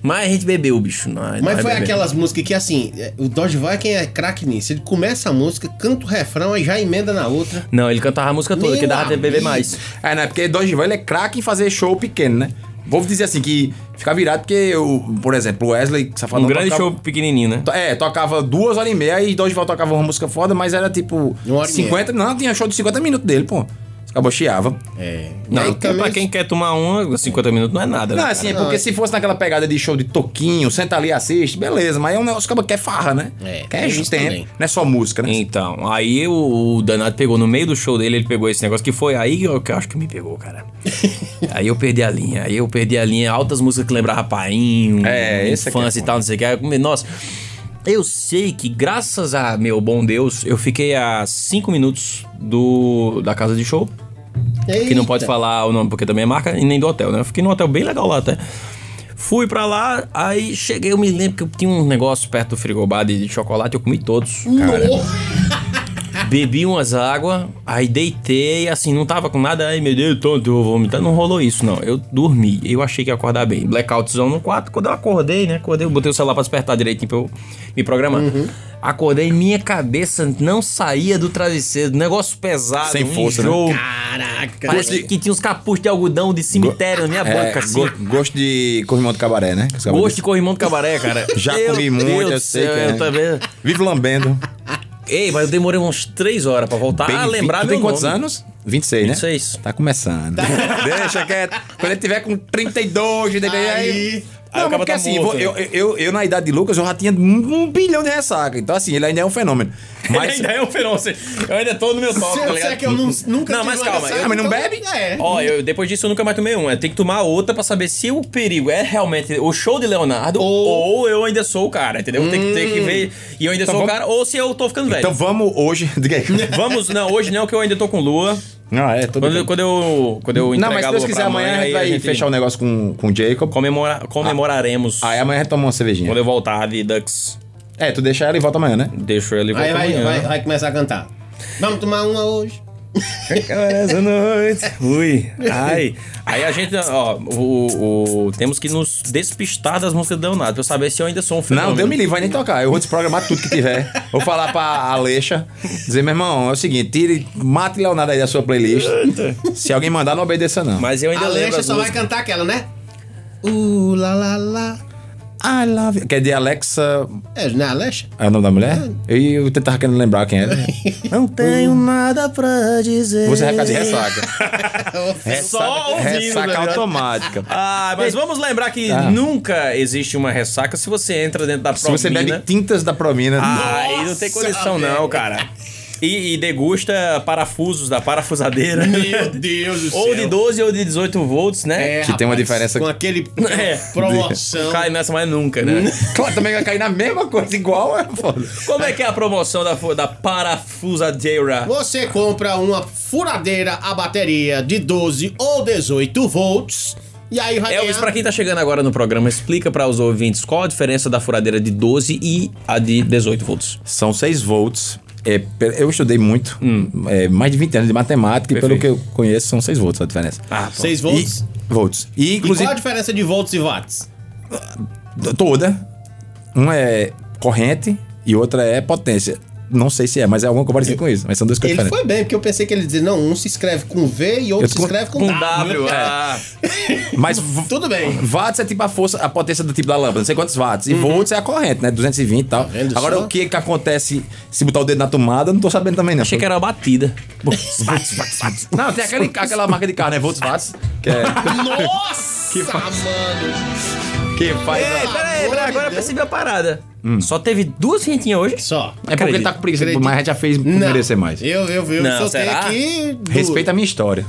Mas a gente bebeu, bicho. Nós,
Mas
nós
foi
bebemos.
aquelas músicas que, assim, é, o Dodgeval é quem é craque nisso. Ele começa a música, canta o refrão e já emenda na outra.
Não, ele cantava a música toda,
Meu
que dava até beber
amigo.
mais. Um
É, né? Porque Dodgeval ele é craque em fazer show pequeno, né? Vou dizer assim, que fica virado porque, eu, por exemplo, o Wesley
Um
Safadão...
grande
tocava-
show pequenininho, né?
Tá,
To- É, tocava duas horas e meia e Dodgeval tocava uma música foda, mas era tipo
Uma hora e
50... Não, tinha show de 50 minutos dele, pô. Acabou chiava.
É.
Não, pra quem quer tomar uma, 50 minutos não é nada. né,
Não,
cara?
assim, é porque se fosse naquela pegada de show de toquinho, senta ali e assiste, beleza. Mas é um negócio que acaba quer farra, né?
É,
Quer
tem isso
tempo.
também.
Não é só música, né?
Então, aí o, o danado pegou, no meio do show dele, ele pegou esse negócio que foi aí que eu, que eu acho que me pegou, cara. aí eu perdi a linha, aí eu perdi a linha, altas músicas que lembrava Painho,
É, esse aqui é
infância e
foda.
tal, não sei o que. Aí eu come- Nossa, eu sei que graças a meu bom Deus, eu fiquei a cinco minutos do da casa de show,
É,
que não pode falar o nome porque também é marca, e nem do hotel, né? Eu fiquei num hotel bem legal lá até. Fui pra lá, aí cheguei, eu me lembro que eu tinha um negócio perto do frigobar de, de chocolate, eu comi todos. Cara. Bebi umas águas, aí deitei, assim, não tava com nada, ai meu Deus, tonto, eu vou vomitar. Não rolou isso, não. Eu dormi, eu achei que ia acordar bem. Blackoutzão no quarto, quando eu acordei, né? Acordei, eu botei o celular pra despertar direitinho pra eu me programar.
Uhum.
Acordei, minha cabeça não saía do travesseiro, negócio pesado,
Sem
um
força, né?
enjoo.
Caraca.
Parece que tinha uns capuz de algodão de cemitério na minha boca,
É,
assim.
go- gosto de corrimão de cabaré, né? Que os caras
Gosto de corrimão do cabaré, cara.
Já
Meu
comi muito,
Deus
eu
do
sei
céu,
que é.
Eu também.
dizem. Vivo lambendo.
Ei, mas eu demorei umas três horas pra voltar a Ah, lembrar
Tu
meu
tem quantos
nome.
anos? 26, né?
26.
Tá começando. Deixa quieto. Quando ele tiver com 32, de aí...
Aí-
aí o
Não, mas
cara
porque
tá
assim,
morto,
vou- eu, eu, eu, eu na idade de Lucas, eu já tinha um, um bilhão de ressaca. Então assim, ele ainda é um fenômeno.
Mas...
Mas...
ainda é um fenômeno. Eu ainda tô no meu top, tá
Se, se é
ligado?
que eu nu- nunca
Não,
tive
mas
uma
calma,
dessa,
Ah, mas não
então-
bebe?
É.
Ó, eu, depois disso eu nunca mais tomei um. Eu tenho que tomar outra pra saber se o perigo é realmente o show de Leonardo ou, eu ainda sou o cara, entendeu? Tem que ter que ver e eu ainda sou o
Hum. Então vamos-
cara ou se eu tô ficando velho.
Então vamos hoje... Diga aí.
um Vamos, não, hoje não, que eu ainda tô com lua.
Não, é, todo
Quando, quando eu quando eu
Não,
entregar
mas se
a
Deus
lua
quiser,
pra mãe,
amanhã a
aí
gente vai fechar o negócio com, com o Jacob.
comemora, comemoraremos
Ah, Aí é amanhã a gente toma uma cervejinha.
quando eu voltar de Dux.
É, tu deixa ela e volta amanhã, né?
Deixo ele e volto
Aí vai,
amanhã.
vai, vai começar a cantar. Vamos tomar uma hoje.
é Essa noite. Ui. Ah. Ai. Aí a gente, ó, o, o- temos que nos despistar das músicas do Leonardo pra eu saber se eu ainda sou um fenômeno.
Não, Deus me livre, vai nem tocar. Eu vou desprogramar tudo que tiver. Vou falar pra Aleixa, dizer, meu irmão, é o seguinte, tire, mate Leonardo aí da sua playlist. Se alguém mandar, não obedeça, não.
Mas eu ainda
A
lembro
Alexa
as
só vai
músicas.
cantar aquela, né? Uh, lá, lá, lá.
I love you. Que é de Alexa.
É, né, Alexa?
É o nome da mulher? Eu, eu tentava querendo lembrar quem era.
Não tenho nada pra dizer.
Você recado de ressaca.
Só ouvindo,
Ressaca
tá ligado?
automática.
Ah, mas vamos lembrar que
Ah.
nunca existe uma ressaca se você entra dentro da
Se
promina.
você bebe tintas da promina.
Aí não tem condição não, cara. E, e degusta parafusos da parafusadeira.
Meu Deus do céu.
ou de 12 ou de 18 volts,
É,
né?
Que tem uma diferença-
Com aquele
É.
promoção.
Cai nessa, mas nunca, né?
Claro, também vai cair na mesma coisa, igual é foda.
Como é que é a promoção da, fo- da parafusadeira?
Você compra uma furadeira a bateria de 12 ou 18 volts e aí vai
Elvis,
ganhar-
pra quem tá chegando agora no programa, explica para os ouvintes qual a diferença da furadeira de 12 e a de 18 volts.
São 6 volts. É, pe- eu estudei muito, é, mais de 20 anos de matemática, e pelo
Hum. Perfeito.
que eu conheço, são 6 volts a diferença.
Ah, pô.
6 volts.
E, volts. E,
E, qual
inclusive,
a diferença de volts e watts?
t- toda. Uma é corrente e outra é potência. Não sei se é, mas é alguma coisa parecida com isso. Mas são duas
Ele
coisas diferentes.
foi bem, porque eu pensei que ele dizia, não, um se escreve com V e outro
Tá Eu
se
com- é.
escreve com,
Com
W.
W, ah,
Mas v-
Tudo bem.
watts é tipo a força, a potência do tipo da lâmpada, não sei quantos watts. E volts é a corrente, né? 220 e tal.
Tá vendo
Agora,
só?
o que que acontece se botar o dedo na tomada, eu não tô sabendo também, não.
achei que era uma batida.
Não, tem aquele, aquela marca de carro, né? Volts, watts. Que é...
Nossa, mano.
Que faz a-
Ei, peraí,
amor
peraí,
de
agora eu
Deus.
percebi a parada. Só teve duas rentinhas hoje?
Só.
É porque ele tá com preguiça, mas a gente já fez por merecer mais.
Eu, eu, eu
Não,
soltei
será?
aqui... do-
Respeita a minha história.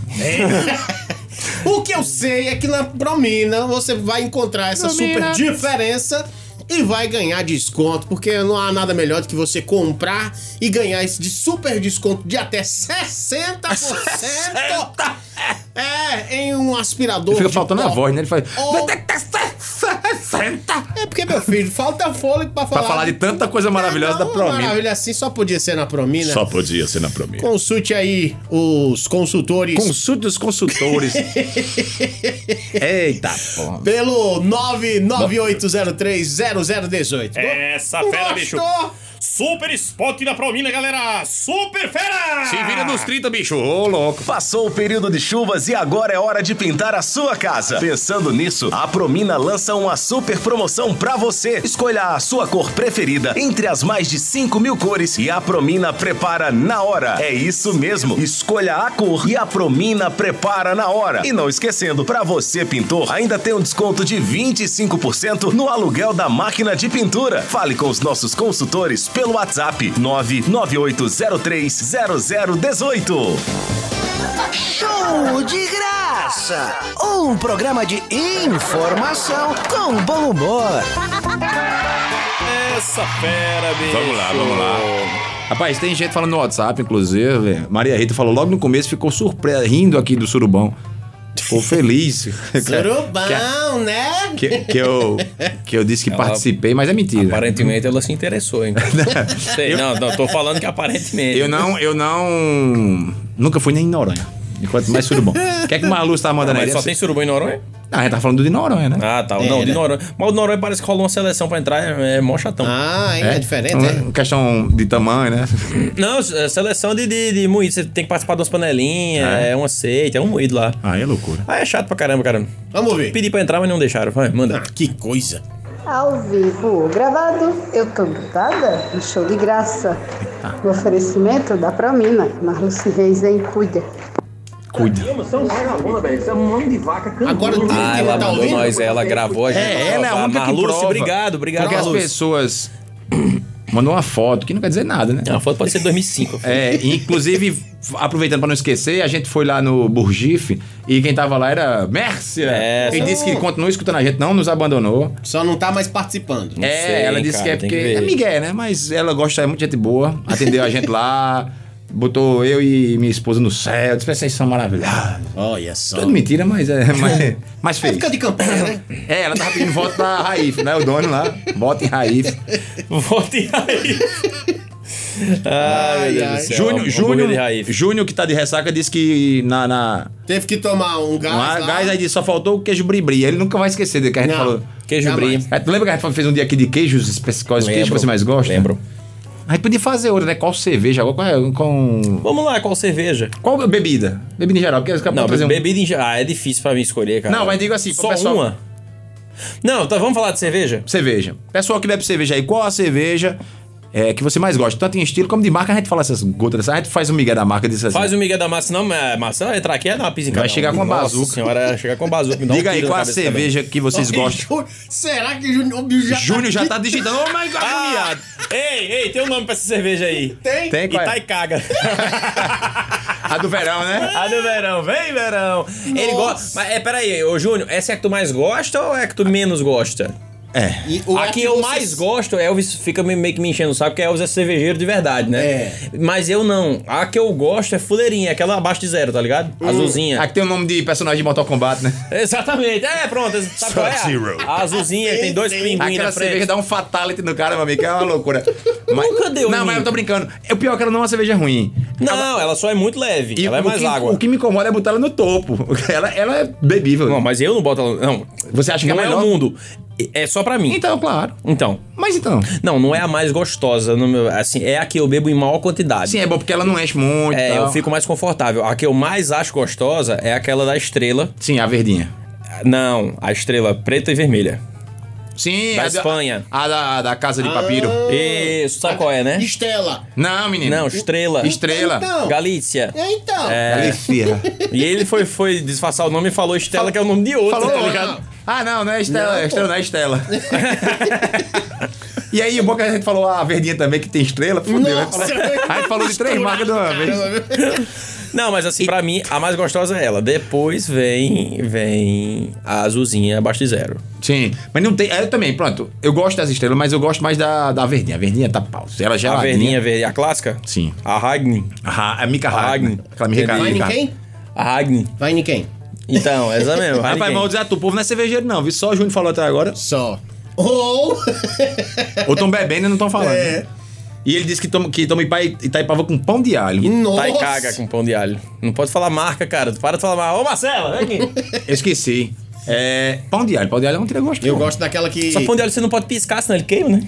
O que eu sei é que na Promina você vai encontrar essa super diferença e vai ganhar desconto, porque não há nada melhor do que você comprar e ganhar esse de super desconto de até 60%. É, em um aspirador.
Fica
de
faltando a
pó.
voz, né? Ele faz.
Ou-
Senta!
É porque, meu filho, falta fôlego pra falar.
Pra falar de tanta coisa maravilhosa
Não,
da Promina.
Maravilha assim só podia ser na Promina.
Só podia ser na promessa.
Consulte aí os consultores
Consulte os consultores. Eita, porra.
pelo 998030018.
É, Essa
Não
fera, bicho.
tá gostou?
Super spot da Promina, galera. Super fera!
Se vira nos 30, bicho. Ô, louco.
Passou o período de chuvas e agora é hora de pintar a sua casa. Pensando nisso, a Promina lança uma super promoção pra você. Escolha a sua cor preferida entre as mais de 5 mil cores e a Promina prepara na hora. É isso mesmo. Escolha a cor e a Promina prepara na hora. E não esquecendo, pra você pintor, ainda tem um desconto de 25% no aluguel da máquina de pintura. Fale com os nossos consultores pelo WhatsApp 998030018.
Show de graça! Um programa de informação com bom humor.
Essa fera, bicho.
Vamos lá, vamos lá.
Rapaz, tem gente falando no WhatsApp, inclusive. Maria Rita falou logo no começo, ficou surpresa, rindo aqui do surubão. Ficou feliz.
Surubão, né?
Que, que- que eu, que eu disse que participei, mas é mentira.
Aparentemente ela se interessou, hein? Sei, não, não, tô falando que aparentemente.
Eu não, eu não. Nunca fui nem em Noronha. Enquanto mais surubão. O que é que o Malu tá mandando aí?
Mas só tem surubão em Noronha?
Não, a gente tá falando de Noronha, né?
Ah, tá. não, de Noronha. Mas o Noronha parece que rolou uma seleção pra entrar, é, é mó chatão.
Ah, ainda é, diferente, né?
Uma Questão de tamanho, né?
Não, é seleção de, de, de moído. Você tem que participar de umas panelinhas, é, uma seita, é um moído lá.
Ah, é loucura.
Ah, é chato pra caramba, cara.
Vamos ver.
Pedi pra entrar, mas não deixaram. Vai, manda.
Ah, que coisa.
Ao vivo, gravado, eu tô grudada no show de graça. O oferecimento da Promina, Marluce Reis em Cuida.
Agora o
Ah, ela
tá
mandou
ouvindo?
nós, ela gravou a gente.
É, ela é a
Ah,
única
Marluce,
que prova.
obrigado, obrigado,
Porque as
Marluce.
pessoas mandam uma foto, que não quer dizer nada, né?
É, A foto pode ser 2005.
É, e inclusive, f- aproveitando pra não esquecer, a gente foi lá no Burgife e quem tava lá era Mércia.
É,
Ele disse que continua escutando a gente, não nos abandonou.
Só não tá mais participando.
Não
é,
sei,
ela disse
cara,
que é
tem
porque.
que ver.
é Miguel, né? Mas ela gosta, é muito gente boa. Atendeu a gente lá, botou eu e minha esposa no céu. Disse, vocês são maravilhosos.
Olha só.
Tudo mentira, mas é mais, mais
Aí
feliz.
fica de campanha, né?
É, ela tava pedindo voto pra Raif, né? O dono lá. Voto em Raif.
É, Votem aí. Ai, meu Deus
ai.
do céu.
Júnior,
hambúrguer de
Júnior,
raiz.
Júnior, que tá de ressaca, disse que na. na
Teve que tomar um gás.
no ar-
lá.
gás, aí disse, só faltou o queijo bribri. Ele nunca vai esquecer do que a gente
Não.
falou.
Queijo
Jamais.
brie.
É, tu lembra que a gente fez um dia aqui de queijos especiais? Quais os queijos que
Lembro.
você mais gosta?
Lembro.
A gente podia fazer outra, né? Qual cerveja agora? Qual, é- com-
Vamos lá, qual cerveja?
qual bebida? Bebida em geral, porque os caras
Não,
podem fazer um...
bebida em geral. Ah, é difícil pra mim escolher, cara.
Não, mas digo assim, pro
só
pessoal-
uma. Não, tá, vamos falar de cerveja?
Cerveja. Pessoal que bebe cerveja aí, qual a cerveja é, que você mais gosta? Tanto em estilo como de marca, a gente fala essas gotas dessa. A gente faz um migué da marca disso assim.
Faz o Miguel da Massa, não, mas mas se ela entrar aqui é dar uma pisa em
Vai
cada um.
chegar com a
Nossa
bazuca.
senhora, ela chegar com a bazuca. me dá um
Diga aí,
tiro na
qual a
cabeça também.
cerveja que vocês
Ei,
gostam?
Júnior, Será que Júnior o bicho já
Júnior já
aqui?
tá digitando. Oh my God,
Ah,
agoniado.
ei, ei, tem um nome pra essa cerveja aí.
Tem?
Tem qual é?
Itaikaga.
A do verão, né?
A do verão, vem verão. Ele gosta. Mas é, peraí, ô Júnior, essa é a que tu mais gosta ou é a que tu menos gosta?
É.
E o
a
é
que tá- eu
você-
mais gosto, Elvis fica me- meio que me enchendo o saco, porque Elvis é cervejeiro de verdade, né?
É.
Mas eu não. A que eu gosto é fuleirinha, aquela abaixo de zero, tá ligado?
Hum.
Azulzinha.
Aqui tem o nome de personagem de Mortal Kombat, né?
Exatamente. É, pronto. Sabe qual é?
Sub-Zero.
A azulzinha, tem dois pinguins
Aquela
na
cerveja
frente.
dá um fatality no cara, meu amigo, que é uma loucura. Mas-
Nunca deu
Não,
em
mas
mim.
eu tô brincando. É o pior que ela não é uma cerveja ruim.
Não, ela só é muito leve.
E
ela é
o
mais
que,
água.
O que me incomoda é botar ela no topo. Ela, ela é bebível.
Não, mas eu não boto ela. Não.
Você acha que é
não é,
melhor?
o mundo. É só pra mim.
Então, claro.
Então.
Mas então.
Não, não é a mais gostosa. no meu- assim, é a que eu bebo em maior quantidade.
Sim, é bom porque ela não enche muito. e
É,
tal.
eu fico mais confortável. A que eu mais acho gostosa é aquela da estrela.
Sim, a verdinha.
Não, a estrela preta e vermelha.
Sim,
Da
a
Espanha.
A da, da Casa de Papiro.
Ah.
Isso, sabe qual é, né?
Estela.
Não, menino.
Não, estrela.
Estrela. É.
Então.
Galícia.
Então.
É,
Galícia.
E ele foi, foi disfarçar o nome e falou estrela, que é o nome de outro,
Falou,
tá ligado?
não. Ah, não, não é Estela.
Não,
é Estela não é Estela. e aí, o bom é que a gente falou "Ah, a verdinha também, que tem estrela. Fudeu.
Nossa.
Aí a gente falou de três marcas de uma vez.
Não, mas assim, pra mim, a mais gostosa é ela. Depois vem vem a azulzinha abaixo de zero.
Sim, mas não tem. é, Eu também, pronto. Eu gosto das estrelas, mas eu gosto mais da, da verdinha. A verdinha tá pau. Ela já
A verdinha, verde, a clássica?
Sim.
A Ragni.
A Mika Hagen.
Hagen.
Aquela Mika
Vai
Hagen.
ninguém?
A Agni.
Vai em quem?
Então, essa mesmo. Vai em
Rapaz,
quem?
mas vou dizer a tu, o povo não é cervejeiro, não, viu? Só o Júnior falou até agora.
Só. Ou.
Ou tão bebendo e não estão falando.
É.
né? E ele disse que toma, que toma Ipa- Itaipava com pão de alho.
Nossa.
Tá e caga com pão de alho. Não pode falar marca, cara. Tu Para de falar marca. Ô, Marcela, vem aqui.
Eu esqueci. É. Pão de alho. Pão de alho é um tira gosto.
Eu
não.
gosto daquela que.
Só pão de alho você não pode piscar, senão ele queima, né?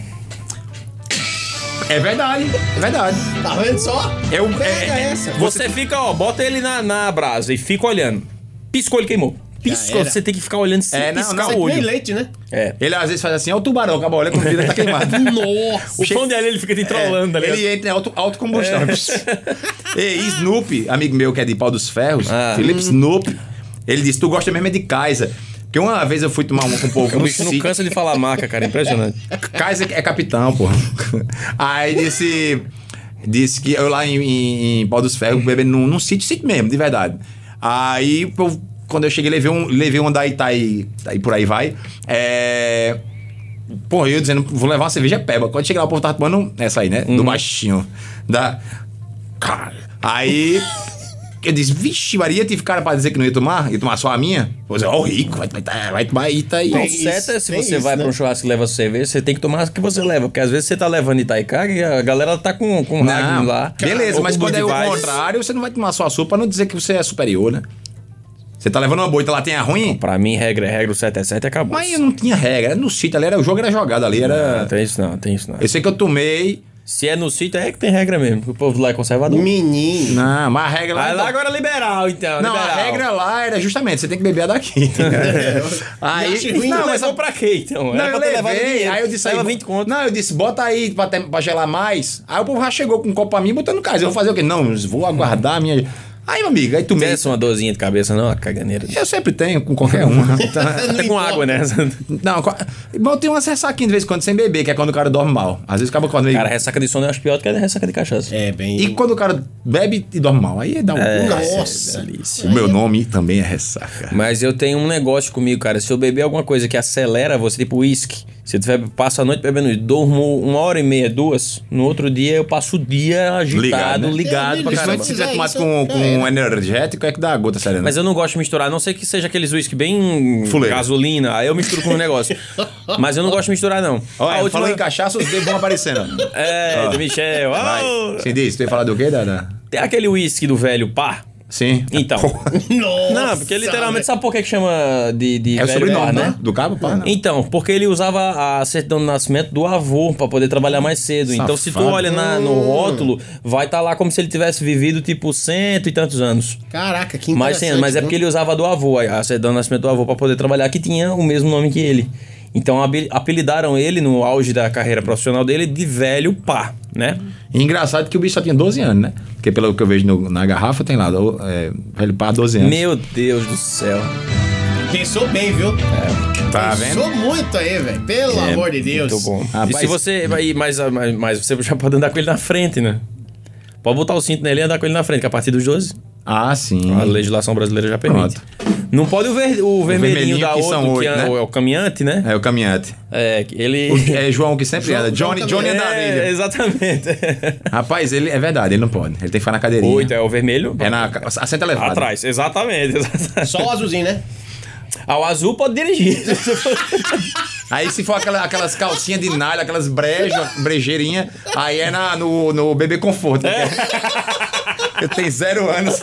É verdade. É verdade.
Tá vendo só?
É o. É,
Pega
é-
essa.
Você fica, ó, bota ele na, na brasa e fica olhando. Piscou, ele queimou. Piscou,
era.
você tem que ficar olhando sem
É, não,
piscar
não.
o
Nem
tá olho.
leite, né?
É.
Ele às vezes faz assim, é o tubarão, acabou, olha a comida tá queimada.
O pão de alho ele fica te trolando ali.
É, Ele entra em auto, autocombustão. e Snoop, amigo meu que é de pau dos ferros, Felipe Snoop, ele disse: Tu gosta mesmo é de Kaiser. Porque uma vez eu fui tomar uma com o povo
O
no
bicho não
sítio.
cansa de falar marca, cara. Impressionante.
Kaiser é capitão, porra. Aí disse. Disse que eu lá em, em, em Pau dos Ferros, bebendo num, num sítio, sítio mesmo, de verdade. Aí, pô, quando eu cheguei, levei um, levei um da Itai, Itai por aí vai. É. Porra, eu dizendo, vou levar uma cerveja peba. Quando cheguei lá, o povo tava tomando essa aí, né? Do baixinho. Da. Cara. Aí. Eu disse, vixe, Maria, tive cara pra dizer que não ia tomar? Ia tomar só a minha? Vou dizer, ó, o rico, vai, vai, vai tomar tá Itaí.
O
isso,
certo é se
tem
você
isso,
vai
né?
pra um churrasco e leva cerveja, você tem que tomar o que você leva. Porque às vezes você tá levando Itaicaga e a galera tá com, com
Não,
Ragnar lá.
Beleza,
Ou
mas
com
quando é o
Budweiser.
contrário, você não vai tomar só a sua pra não dizer que você é superior, né? Você tá levando uma boita lá, tem a ruim?
Pra mim, regra é regra, o certo é certo e acabou.
Mas eu não tinha regra, no sítio ali era o jogo era jogado ali,
Não,
era.
tem isso não, tem isso não.
Eu sei que eu tomei.
Se é no sítio, é que tem regra mesmo. porque O povo lá é conservador.
Menino.
Não, mas a regra lá.
Mas lá agora é liberal, então.
não,
liberal.
a regra lá era justamente, você tem que beber a daqui.
Aí,
aí,
não,
não,
levou
é mas
pra quê, então?
Não,
Era
eu
pra ter levado
levei,
dinheiro.
aí eu disse aí,
Leva 20 conto.
Não, eu disse, bota aí pra, ter- pra gelar mais. Aí o povo já chegou com um copo pra mim, botando casa. Eu vou fazer o quê? Não, vou aguardar a minha... Aí, meu amigo, aí tu
Não
me...
essa uma dorzinha de cabeça, não, a caganeira.
Eu sempre tenho, com qualquer uma. Então,
Tá com água, né?
Não, co- bom, tem uma ressaquinha de vez em quando sem beber, que é quando o cara dorme mal. Às vezes acaba quando ele...
Cara, ressaca de sono eu acho pior do que a ressaca de cachaça.
É, bem.
E quando o cara bebe e dorme mal, aí dá um...
É,
Nossa.
delícia.
O meu nome também é ressaca.
Mas eu tenho um negócio comigo, cara. Se eu beber alguma coisa que acelera você, tipo uísque, se eu tiver, passo a noite bebendo uísque, durmo uma hora e meia, duas, no outro dia eu passo o dia agitado, ligado,
Ligado, né?
pra
É,
caramba.
Principalmente se quiser tomar com, com
É, né?
energético, é que dá a gota, sério, né?
Mas eu não gosto de misturar, a não sei que seja aqueles uísque bem
Fuleiro.
gasolina, aí eu misturo com um negócio. Mas eu não gosto de misturar, não.
Olha,
a última...
falando em cachaça, os dedos vão aparecendo.
É, do Michel.
Vai.
Oh!
Sim, diz, tu ia falar do quê, Dada?
Tem aquele uísque do velho pá.
Sim.
Então.
Nossa.
não, porque literalmente, sabe por que que chama de, de
É o
velho pá,
sobrenome, né? Do cabo, pá. né?
Então, porque ele usava a certidão de nascimento do avô pra poder trabalhar mais cedo. Então, se tu
Safado.
olha na- no rótulo, vai estar lá como se ele tivesse vivido tipo cento e tantos anos.
Caraca, que interessante.
Mais cem anos, mas é porque ele usava a do avô, a a certidão de nascimento do avô pra poder trabalhar, que tinha o mesmo nome que ele. Então abe- apelidaram ele no auge da carreira profissional dele de velho pá, né?
E engraçado que o bicho só tinha 12 anos, né? Porque pelo que eu vejo no- na garrafa, tem lá, do- é, velho pá, 12 anos.
Meu Deus do céu.
Pensou bem, viu?
Tá
Pensou muito aí, velho. Pelo amor de Deus.
É Muito bom.
Rapaz,
e se você. Aí, mas, mas, mas você já pode andar com ele na frente, né? Pode botar o cinto nele e andar com ele na frente, que a partir dos 12.
Ah, sim.
A legislação brasileira já permite. Não pode o, ver, o, vermelhinho
vermelhinho
da
que são
outro, que
oito,
é,
né?
o- é o caminhante, né?
É o caminhante.
É, que ele.
O- é João que sempre anda. Johnny, Johnny é da
é,
orelha.
exatamente.
Rapaz, ele é verdade, ele não pode. Ele tem que ficar na cadeirinha.
Oito é o vermelho.
É na ca- assenta elevada.
Atrás, exatamente, exatamente.
Só o azulzinho, né?
Ah, o azul pode dirigir.
Aí se for aquela- aquelas calcinhas de nalha, aquelas brejas, brejeirinha, aí é na, no, no bebê conforto. né? Eu tenho zero anos.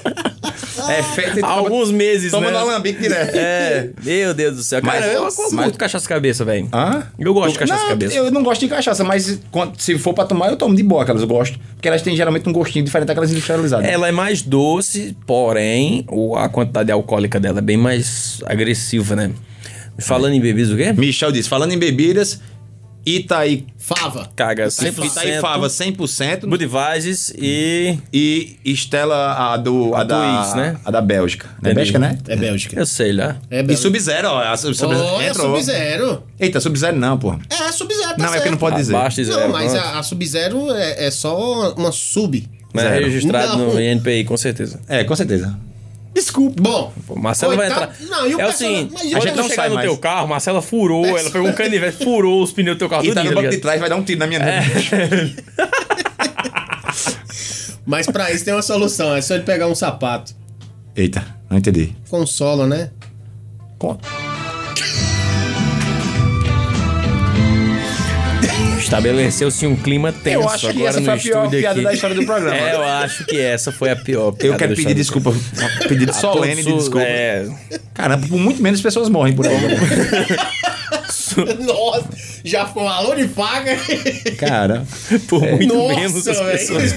É feito e toma-
Alguns meses,
Toma
né?
no alambique direto.
É, meu Deus do céu. Cara,
Mas-
eu, eu curto
mas-
cachaça cabeça, velho.
Hã?
Eu gosto de cachaça
não,
cabeça.
Eu não gosto de cachaça, mas quando- se for pra tomar, eu tomo de boa aquelas, eu gosto. Porque elas têm geralmente um gostinho diferente daquelas industrializadas.
Ela é mais doce, porém, o- a quantidade alcoólica dela é bem mais agressiva, né? Falando em bebidas, o quê?
Michel disse, falando em bebidas, Itaí...
Fava.
Caga
Tá Itaipava
100%.
100%
Budweiser e.
e Estela, a, do, a,
A
da,
Twix, né?
a da Bélgica. Não é
Entendi.
Bélgica, né?
É Bélgica.
Eu sei lá.
É
E
Bélgica.
Sub-Zero, ó. a Sub- Sub-Zero
Olha,
entrou.
Sub-Zero.
Eita, Sub-Zero não, porra.
É, Sub-Zero, tá
não, é porque não
certo.
pode dizer.
Abaixo de zero.
Não, mas
pronto.
a, a Sub-Zero é, é só uma sub.
Mas é
Zero.
registrado
Não.
no INPI, com certeza.
É, com certeza. Desculpa.
Bom,
Pô, Marcelo vai
Coitado-
entrar.
Não, e o
é o
pessoal-
seguinte,
mas e
a
o
gente
pessoal
não chegar
sai
no
mais?
teu carro, Marcela furou, ela pegou um canivete, furou os pneus do teu carro.
E tá no
tudinho,
banco de
ligado?
trás, vai dar um tiro na minha nuca.
é mas pra isso tem uma solução. É só ele pegar um sapato.
Eita. Não entendi.
Consola, né?
Con-
Estabeleceu-se um clima tenso
Eu acho que
agora
essa
no
foi a pior
estúdio
piada
aqui.
da história do programa.
É, eu acho que essa foi a pior piada
Eu quero
da
pedir
história do
desculpa. Pedir
programa. A
solene de
todos os-
desculpa.
é,
Caramba, por muito menos pessoas morrem por aí.
Nossa, já foi um alô de faca.
Cara.
por muito
Nossa,
menos as
velho.
pessoas.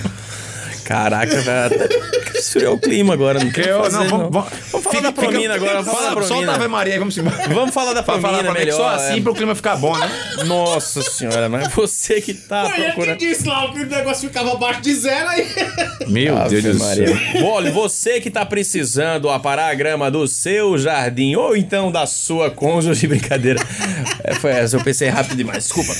Caraca, velho. Esfriou o clima agora. Não quero fazer,
não, vamos,
não.
vamos, vamos falar
Fica
da fica-
Promina agora, fala da
Solta
Promina.
a Ave Maria aí, vamos embora.
Vamos falar da
Pra falar
família
da Promina, que
melhor.
Só assim
é.
pro clima ficar bom, né?
Nossa senhora, mas você que tá
Foi ele que
procurando...
disse lá, que o negócio ficava abaixo de zero aí.
Meu
Ave
Deus do
Maria.
céu.
Olha, você que tá precisando aparar a grama do seu jardim ou então da sua cônjuge, brincadeira. É, foi essa, eu pensei rápido demais, desculpa.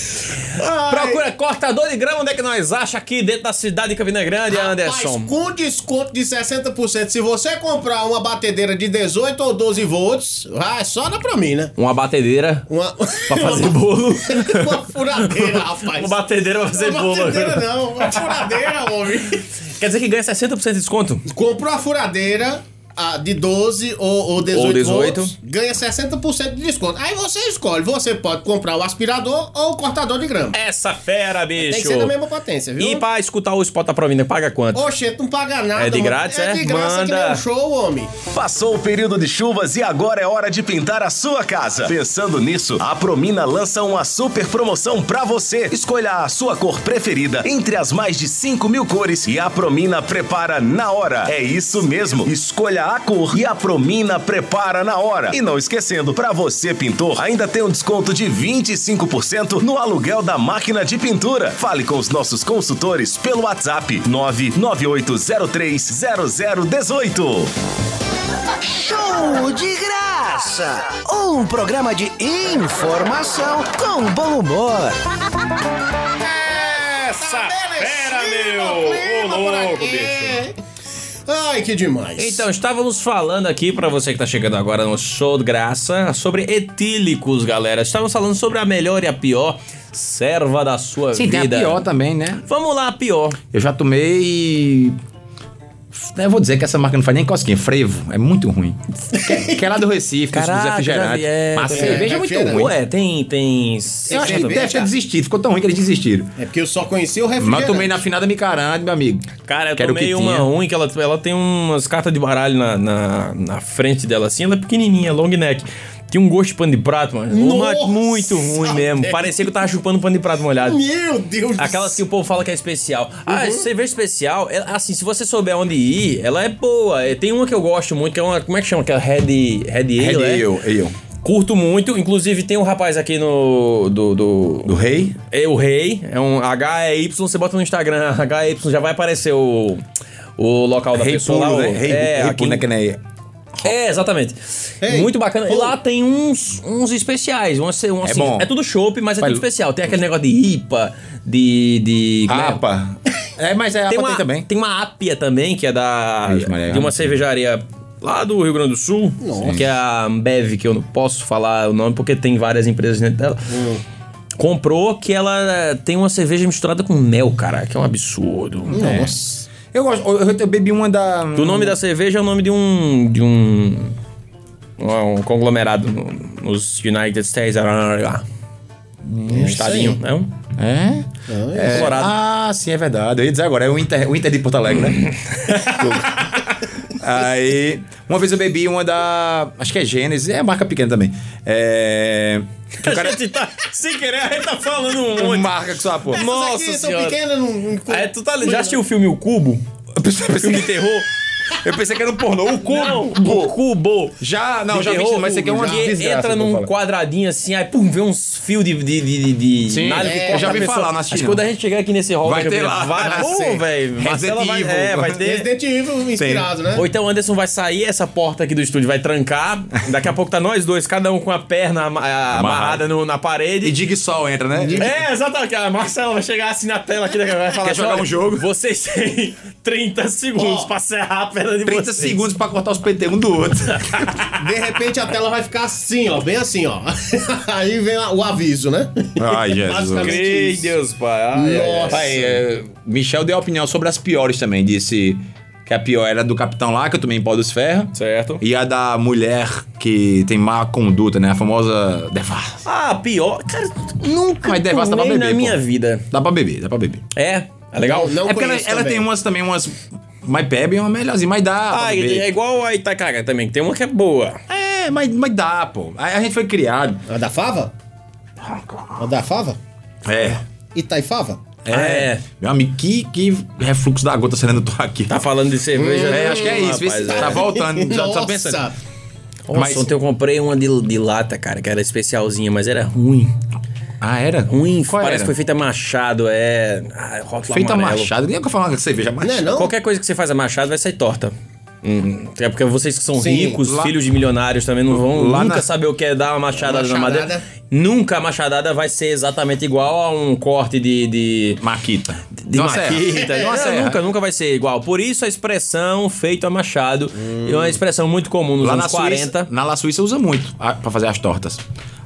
Procura cortador de grama, onde é que nós acha aqui dentro da cidade de Campina Grande, Anderson?
Mas com desconto de 60%, se você comprar uma batedeira de 18 ou 12 volts, vai só na Promina.
Uma batedeira
né? Uma...
pra fazer bolo.
uma furadeira, rapaz.
Uma batedeira pra fazer
Uma
bolo.
batedeira não, uma furadeira, homem.
Quer dizer que ganha 60% de desconto?
Compra uma furadeira ah, de 12 ou, ou 18,
Ou 18.
volts, ganha 60% de desconto. Aí você escolhe, você pode comprar o aspirador ou o cortador de grama.
Essa fera, bicho.
É. Tem que ser da mesma potência, viu?
É, E pra escutar o Spot da Provinda, paga quanto?
Oxê, tu não paga nada.
É de
homem.
grátis,
é?
é?
de graça que nem
Manda.
um show, homem.
Passou o período de chuvas e agora é hora de pintar a sua casa. Pensando nisso, a Promina lança uma super promoção pra você. Escolha a sua cor preferida entre as mais de 5 mil cores e a Promina prepara na hora. É isso mesmo. Escolha a cor e a Promina prepara na hora. E não esquecendo, pra você pintor, ainda tem um desconto de 25% no aluguel da máquina de pintura. Fale com os nossos consultores pelo WhatsApp 99803 0018.
Show de graça! Um programa de informação com bom humor.
Tá
Essa fera, meu! Ô,
É clima por
louco,
aqui.
bicho!
Ai, que demais.
Então, estávamos falando aqui, pra você que tá chegando agora no show de graça, sobre etílicos, galera. Estávamos falando sobre a melhor e a pior serva da sua
Sim, tem a
vida.
pior também, né?
Vamos lá, a pior.
Eu já tomei. né, Eu vou dizer que essa marca não faz nem cosquinha, frevo. É muito ruim. Que, que é lá do Recife, dos
Caraca, já
refrigerantes.
vi, é,
Mas
é,
cerveja é muito
refrigerante.
ruim.
Ué, tem. tem...
Eu acho que
cerveja.
deve ter desistido. Ficou tão ruim que eles desistiram.
É porque eu só conheci o
Mas eu
refrigerante.
tomei na finada Micarande, meu amigo.
Cara, eu
Que era o que
tomei uma
tinha.
ruim que ela, ela tem umas cartas de baralho na, na, na frente dela, assim. Ela é pequenininha, long neck. Tinha um gosto de pano de prato, mano. Uma-
Nossa,
muito ruim mesmo.
velho.
Parecia que eu tava chupando pano de prato molhado.
Meu Deus do Uhum.
Aquelas que o povo fala que é especial. Ah, essa cerveja especial, ela- assim, se você souber onde ir, ela é boa. É, Tem uma que eu gosto muito, que é uma. Como é que chama? Aquela Red, Red Ale. é?
eu, eu.
Curto muito. Inclusive, tem um rapaz aqui no. Do. do,
Do rei?
É o Rei. É um HEY. Você bota no Instagram HEY, já vai aparecer o. O local da
rei
pessoa
puro,
lá.
né?
o-
Rei,
é,
rei
aqui
puro,
em-
né? Que nem...
é, exatamente.
Ei,
Muito bacana. E
pô.
lá tem uns, uns especiais. Uns, uns,
É bom.
é tudo chopp, mas é
Vai-
tudo especial. Tem aquele negócio de IPA, de. de como é?
Apa. É, mas é apa
Tem uma,
tem também.
tem uma ápia também, que é da.
Ixi, Maria,
de uma
não.
cervejaria lá do Rio Grande do Sul. Que é a Ambev, que eu não posso falar o nome porque tem várias empresas dentro dela. Comprou que ela eh, tem uma cerveja misturada com mel, cara, que é um absurdo.
Nossa.
Eu gosto. Eu, eu bebi uma da.
O nome da cerveja é o nome de um. de um. um conglomerado no- nos United States. Um estadinho, né? Um
É? É.
Colorado.
Ah, sim, é verdade. Eu ia dizer agora, é o Inter, o Inter de Porto Alegre, né? Aí, uma vez eu bebi uma da. Acho que é Gênesis, é marca pequena também. É. que o cara
A gente tá, sem querer, a gente tá falando um
uma
monte.
marca que só pô.
Essas
Nossa
aqui são
Senhora.
pequenas, não... não-
É, tu tá, já assistiu o filme O Cubo?
Eu pensei, eu
Filme
pensei-
de terror?
eu pensei que era um pornô. O cubo.
Não, o Cubo.
Já, não,
De
já vi,
terror,
mas isso aqui é uma
que
desgraça.
entra
que eu
num
falo.
quadradinho assim, aí pum, vê uns fios de, de, de, de- de
Sim,
nada
é,
que
eu
corta
já
a
vi
pessoa.
falar na
Acho
China.
que quando a gente chegar aqui nesse hall,
Vai ter lá.
Vai, pô,
Sim.
velho. Marcela vai,
Resident
é,
Evil.
vai ter.
Resident Evil inspirado, né?
Ou então o Anderson vai sair essa porta aqui do estúdio, vai trancar. Daqui a pouco tá nós dois, cada um com a perna ama- a- amarrada no- na
E
parede.
Dig Sol entra, né?
É, exatamente. A Marcela vai chegar assim na tela aqui, daqui a pouco vai falar.
Quer jogar
"Olha,
um jogo?"
Vocês têm 30 segundos
Ó.
pra serrar a perna de
30
vocês.
segundos pra cortar os PT um do outro.
De repente a tela vai ficar assim, ó, bem assim, ó. Aí vem lá o aviso, né?
Ai, Jesus.
Basicamente
Ei,
isso.
Deus, pai. Ai, ai, ai.
Nossa.
Pai, é, Michel deu a opinião sobre as piores também. Disse Que a pior era do capitão lá, que eu tomei em pó dos ferros.
Certo.
E a da mulher que tem má conduta, né? A famosa devassa.
Ah, pior. Cara, nunca
Mas devassa dá pra
tomei
beber.
na
pô.
minha vida.
Dá pra beber, dá pra beber.
É? É legal?
Não, não
é porque ela,
conheço
ela
também.
tem umas também, umas. Mas bebe é uma melhorzinha, mas dá. pra
Ah,
beber.
e- é igual a Itacaga também, que tem uma que é boa.
É, mas, mas dá, pô. A, a gente foi criado.
A É da fava? A da fava?
É.
Itaifava?
É.
Ah, é.
Meu amigo, que, que refluxo da gota serena do aqui.
Tá falando de cerveja?
É, acho que é isso. vê se
Rapaz, é.
tá voltando. Já
Nossa!
tá pensando.
Nossa,
Mas-
ontem eu comprei uma de, de lata, cara, que era especialzinha, mas era ruim.
Ah, era?
Ruim,
Qual
parece
era?
que foi feita a machado, é. Ah, rótulo
Feita
amarelo.
machado. Nem é o que eu falava que cerveja
Não é
machado.
não?
Qualquer coisa que você faz a machado vai sair torta. Hum, É porque vocês que são
Sim,
ricos,
lá-
filhos de milionários também não vão
Lá
nunca
na-
saber o que é dar uma machadada,
Uma
na
machadada.
madeira. Nunca a machadada vai ser exatamente igual a um corte de. de...
Maquita.
De
Nossa,
maquita.
é.
Não,
Nossa, é.
nunca, nunca vai ser igual. Por isso a expressão feito a machado é uma expressão muito comum nos
Hum. Lá na
anos 40.
Suíça, na La Suíça usa muito a- pra fazer as tortas.